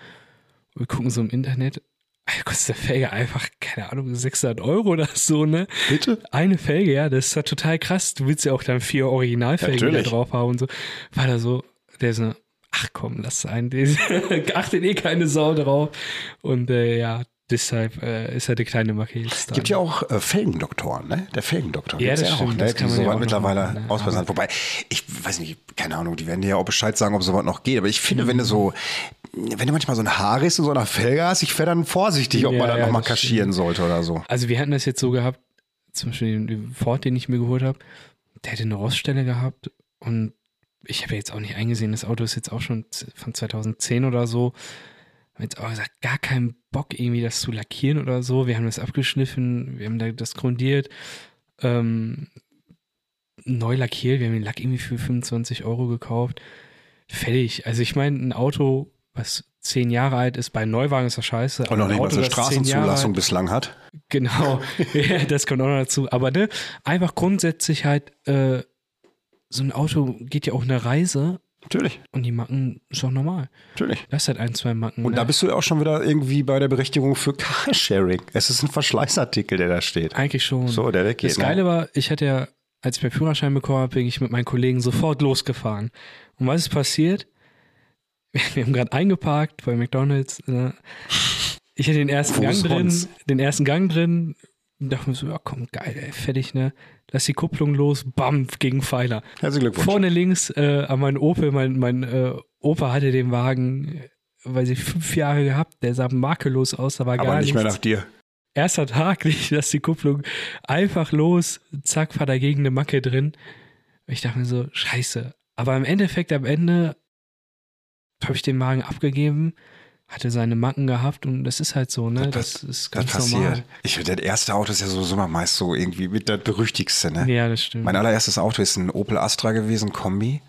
B: Und wir gucken so im Internet, kostet der Felge einfach, keine Ahnung, 600 Euro oder so, ne?
A: Bitte?
B: Eine Felge, ja, das ist ja total krass. Du willst ja auch dann vier Originalfelgen da
A: Natürlich.
B: drauf haben und so. War da so, der ist so, ach komm, lass sein, der ist- [laughs] achtet eh keine Sau drauf. Und äh, ja, deshalb äh, ist er der kleine Marke jetzt.
A: Gibt ja auch äh, Felgendoktoren, ne? Der Felgendoktor.
B: Ja,
A: gibt's
B: das stimmt,
A: Auch, ne?
B: das
A: Die
B: kann man ja
A: soweit
B: auch noch
A: mittlerweile
B: machen, ne?
A: ausbessern. Wobei, ich weiß nicht, keine Ahnung, die werden dir ja auch Bescheid sagen, ob sowas noch geht. Aber ich finde,
B: Mhm.
A: wenn du so, wenn du manchmal so ein Haar ist und so einer Felge hast, ich wäre dann vorsichtig, ob
B: Ja,
A: man dann
B: ja,
A: nochmal
B: das stimmt.
A: kaschieren sollte oder so.
B: Also wir hatten das jetzt so gehabt, zum Beispiel den- den Ford, den ich mir geholt habe, der hätte eine Roststelle gehabt und ich habe ja jetzt auch nicht eingesehen, das Auto ist jetzt auch schon z- von 2010 oder so. Hab jetzt auch gesagt, gar keinen Bock irgendwie das zu lackieren oder so. Wir haben das abgeschliffen, wir haben da das grundiert, ähm, neu lackiert, wir haben den Lack irgendwie für 25 Euro gekauft. Fertig. Also ich meine, ein Auto, was zehn Jahre alt ist, bei Neuwagen ist das scheiße. aber
A: Und noch
B: ein
A: nicht mal
B: Auto,
A: so eine
B: das zehn Jahre alt-
A: Straßenzulassung bislang hat. [laughs]
B: Genau, ja, das kommt auch noch dazu. Aber ne, einfach grundsätzlich halt, äh, so ein Auto geht ja auch eine Reise
A: Natürlich,
B: und die Macken ist doch normal.
A: natürlich.
B: Das hat ein, zwei Macken.
A: Und
B: ne?
A: da bist du ja auch schon wieder irgendwie bei der Berechtigung für Carsharing. Es ist ein Verschleißartikel, der da steht.
B: Eigentlich schon.
A: So, der weggeht. ne?
B: das Geile war, ich hatte ja, als ich meinen Führerschein bekommen habe, bin ich mit meinen Kollegen sofort losgefahren. Und was ist passiert? [laughs] Wir haben gerade eingeparkt bei McDonalds. Ne? Ich hatte den ersten
A: Wo
B: Gang
A: ist
B: drin,
A: Hans?
B: den ersten Gang drin. Und dachte mir so, ja komm, geil, ey, fertig, ne? Lass die Kupplung los, bam, gegen Pfeiler.
A: ne? Herzlichen Glückwunsch.
B: Vorne links äh, an meinen Opel, mein, mein äh, Opa hatte den Wagen, äh, weil sie fünf Jahre gehabt, der sah makellos aus, da war
A: aber
B: gar
A: nicht
B: nichts.
A: mehr nach dir.
B: Erster Tag, nicht, dass die Kupplung einfach los, zack, war dagegen eine Macke drin. Ich dachte mir so, scheiße. Aber im Endeffekt, am Ende habe ich den Wagen abgegeben, hatte seine Macken gehabt und das ist halt so, ne? Das,
A: Das-
B: ist
A: Das
B: ganz
A: passiert.
B: normal.
A: Ich finde, das erste Auto ist ja sowieso immer meist so irgendwie mit das berüchtigste, ne?
B: Ja, das stimmt.
A: Mein allererstes Auto ist ein Opel Astra gewesen, Kombi.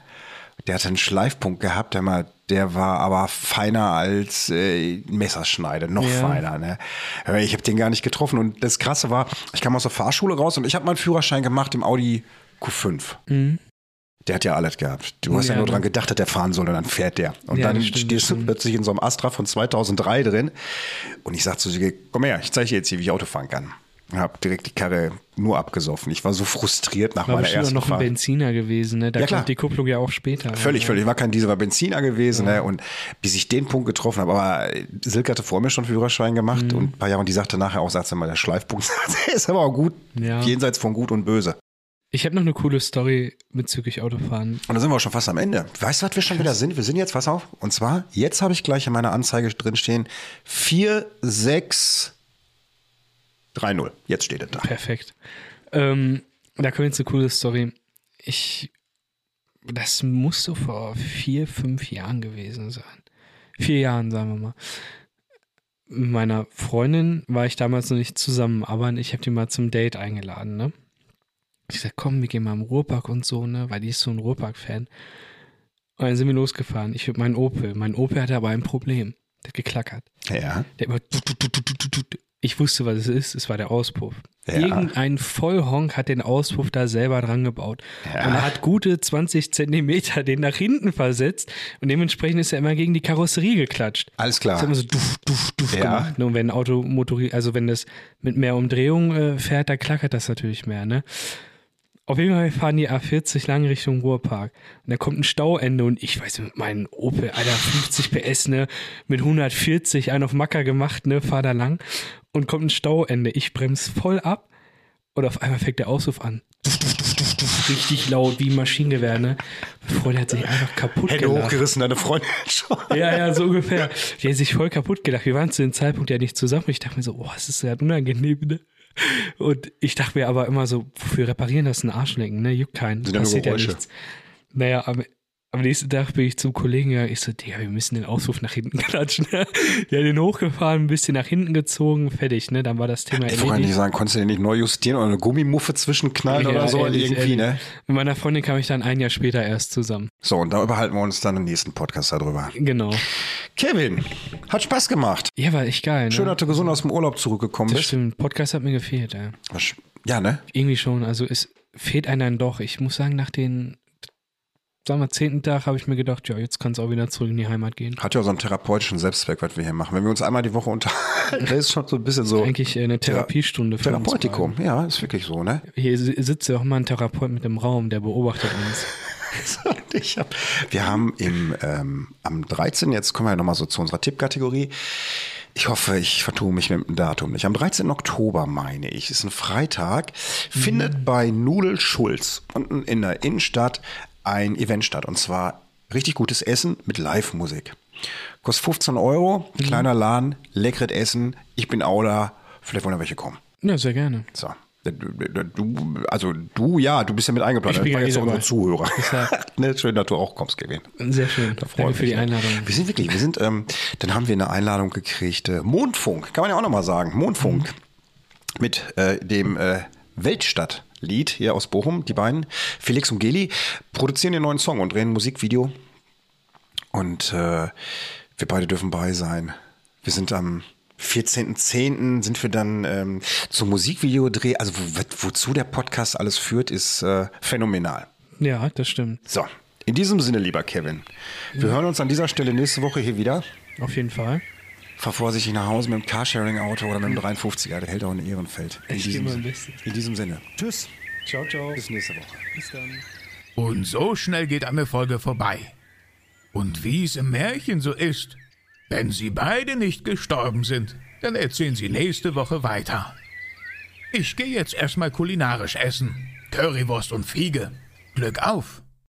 A: Der hatte einen Schleifpunkt gehabt, der, mal, der war aber feiner als äh, ein Messerschneide, noch
B: Ja.
A: feiner. Ne? Aber Ich habe den gar nicht getroffen. Und das Krasse war, ich kam aus der Fahrschule raus und ich habe meinen Führerschein gemacht im Audi Q5.
B: Mhm.
A: Der hat ja alles gehabt. Du hast ja,
B: Ja,
A: nur
B: ne?
A: dran gedacht, dass der fahren soll und dann fährt der. Und
B: Ja,
A: dann
B: das stimmt, das
A: stehst du
B: stimmt.
A: plötzlich in so einem Astra von 2003 drin. Und ich sag zu Sigge, komm her, ich zeige dir jetzt hier, wie ich Auto fahren kann. Und hab direkt die Karre nur abgesoffen. Ich war so frustriert nach
B: War
A: meiner
B: bestimmt auch
A: ersten
B: noch ein
A: Fahrt.
B: Benziner gewesen, ne? Da
A: Ja, klar.
B: kommt die Kupplung ja auch später. ne?
A: Völlig,
B: ja.
A: völlig. War kein Diesel, war Benziner gewesen. Ne? Und bis ich den Punkt getroffen habe, aber Silke hatte vor mir schon Führerschein gemacht
B: Mhm.
A: und ein paar Jahre und die sagte nachher auch, sagst du mal, der Schleifpunkt [laughs] der ist aber auch gut,
B: Ja.
A: jenseits von gut und böse.
B: Ich habe noch eine coole Story bezüglich Autofahren.
A: Und da sind wir auch schon fast am Ende. Weißt du, was wir schon wieder sind? Wir sind jetzt, pass auf, und zwar, jetzt habe ich gleich in meiner Anzeige drin stehen 4630. Jetzt steht es da.
B: Perfekt. Ähm, da kommt jetzt eine coole Story. Ich, das muss so vor vier, fünf Jahren gewesen sein. Vier Jahren, sagen wir mal. Mit meiner Freundin war ich damals noch nicht zusammen, aber ich habe die mal zum Date eingeladen, ne? Ich sag, komm, wir gehen mal im Ruhrpark und so, ne? Weil die ist so ein Ruhrpark-Fan. Und dann sind wir losgefahren. Ich mit meinem Opel. Mein Opel hatte aber ein Problem. Der hat geklackert.
A: Ja.
B: Der immer. tut, tut, tut, tut, tut, tut. Ich wusste, was es ist. Es war der Auspuff.
A: Ja.
B: Irgendein Vollhonk hat den Auspuff da selber dran gebaut. Und er hat gute 20 Zentimeter den nach hinten versetzt. Und dementsprechend ist er immer gegen die Karosserie geklatscht.
A: Alles
B: Das hat
A: klar.
B: halt immer so duff, duff, duff
A: Ja.
B: gemacht. ne? Und wenn ein Auto motori- also wenn das mit mehr Umdrehung äh, fährt, da klackert das natürlich mehr, ne? Auf jeden Fall fahren die A40 lang Richtung Ruhrpark. Und da kommt ein Stauende und ich weiß mit meinem Opel, Alter, 50 PS, ne, mit 140 einen auf Macker gemacht, ne, fahr da lang. Und kommt ein Stauende. Ich bremse voll ab und auf einmal fängt der Ausruf an. Duff, duff, duff, duff, duff, richtig laut, wie ein Maschinengewehr, ne. Meine Freundin hat sich einfach kaputt
A: Hände
B: gelacht.
A: hochgerissen, deine Freundin [laughs] schon.
B: Ja, ja, so ungefähr. Die hat sich voll kaputt gedacht. Wir waren zu dem Zeitpunkt ja nicht zusammen. Ich dachte mir so, oh, es ist ja unangenehm, ne? Und ich dachte mir aber immer so, wofür reparieren das ein Arschlecken, ne? Juckt keinen.
A: Sind ja nur
B: Passiert ja
A: Geräusche.
B: nichts. Naja, am, am nächsten Tag bin ich zum Kollegen gegangen. Ich so, Digga, wir müssen den Ausruf nach hinten [laughs] klatschen. Ne? Der hat den hochgefahren, ein bisschen nach hinten gezogen, fertig, ne? Dann war das Thema
A: Ich wollte
B: erledigt.
A: nicht sagen, konntest du den nicht neu justieren oder eine Gummimuffe zwischenknallen
B: Ja,
A: oder so
B: ehrlich,
A: irgendwie, ne?
B: ehrlich. Mit meiner Freundin kam ich dann ein Jahr später erst zusammen.
A: So, und da unterhalten wir uns dann im nächsten Podcast darüber.
B: Genau.
A: Kevin, hat Spaß gemacht.
B: Ja, war echt geil, ne?
A: Schön, dass du gesund aus dem Urlaub zurückgekommen
B: das
A: bist.
B: stimmt. Podcast hat mir gefehlt, ja.
A: Was- Ja, ne?
B: Irgendwie schon. Also es fehlt einem dann doch. Ich muss sagen, nach den sagen wir, zehnten Tag habe ich mir gedacht, ja, jetzt kann es auch wieder zurück in die Heimat gehen.
A: Hat ja so einen therapeutischen Selbstzweck, was wir hier machen. Wenn wir uns einmal die Woche unterhalten, [laughs] das ist schon so ein bisschen so.
B: Eigentlich äh, eine Therapiestunde für uns
A: Therapeutikum, ja, ist wirklich so, ne?
B: beide. Hier si- sitzt ja auch mal ein Therapeut mit im Raum, der beobachtet uns.
A: Und [laughs] ich hab, wir haben im, ähm, am 13. Jetzt kommen wir nochmal so zu unserer Tippkategorie. Ich hoffe, ich vertue mich mit dem Datum nicht. Am 13. Oktober, meine ich, ist ein Freitag, findet bei Nudel Schulz unten in der Innenstadt ein Event statt. Und zwar richtig gutes Essen mit Live-Musik. Kostet 15 Euro, kleiner Laden, leckeres Essen. Ich bin auch da. Vielleicht wollen ja welche kommen.
B: ja, sehr gerne.
A: So. Du, also du, ja, du bist ja mit eingeplant.
B: Ich bin
A: Das
B: ja
A: waren
B: eh
A: jetzt auch unsere
B: dabei.
A: Zuhörer. [laughs]
B: Deshalb.
A: ne, schön, dass du auch kommst, Kevin.
B: Sehr schön.
A: Da freue
B: Danke
A: ich
B: für die
A: mich. ne?
B: Einladung.
A: Wir sind wirklich, wir sind, ähm, dann haben wir eine Einladung gekriegt. Äh, Mondfunk, kann man ja auch nochmal sagen. Mondfunk
B: Mhm.
A: mit äh, dem äh, Weltstadt-Lied hier aus Bochum. Die beiden, Felix und Geli, produzieren den neuen Song und drehen ein Musikvideo. Und äh, wir beide dürfen bei sein. Wir sind am 14.10. sind wir dann ähm, zum Musikvideodreh. Also wo, wozu der Podcast alles führt, ist äh, phänomenal.
B: Ja, das stimmt.
A: So, in diesem Sinne, lieber Kevin, wir hören uns an dieser Stelle nächste Woche hier wieder.
B: Auf jeden Fall.
A: Fahr vorsichtig nach Hause mit dem Carsharing-Auto oder mit dem 53er, der hält auch in Ehrenfeld. In
B: Ich geh mal ein
A: Sinne.
B: bisschen.
A: in diesem Sinne. Tschüss.
B: Ciao, ciao.
A: Bis nächste Woche.
B: Bis dann.
C: Und so schnell geht eine Folge vorbei. Und wie es im Märchen so ist, wenn sie beide nicht gestorben sind, dann erzählen sie nächste Woche weiter. Ich gehe jetzt erstmal kulinarisch essen. Currywurst und Fiege. Glück auf!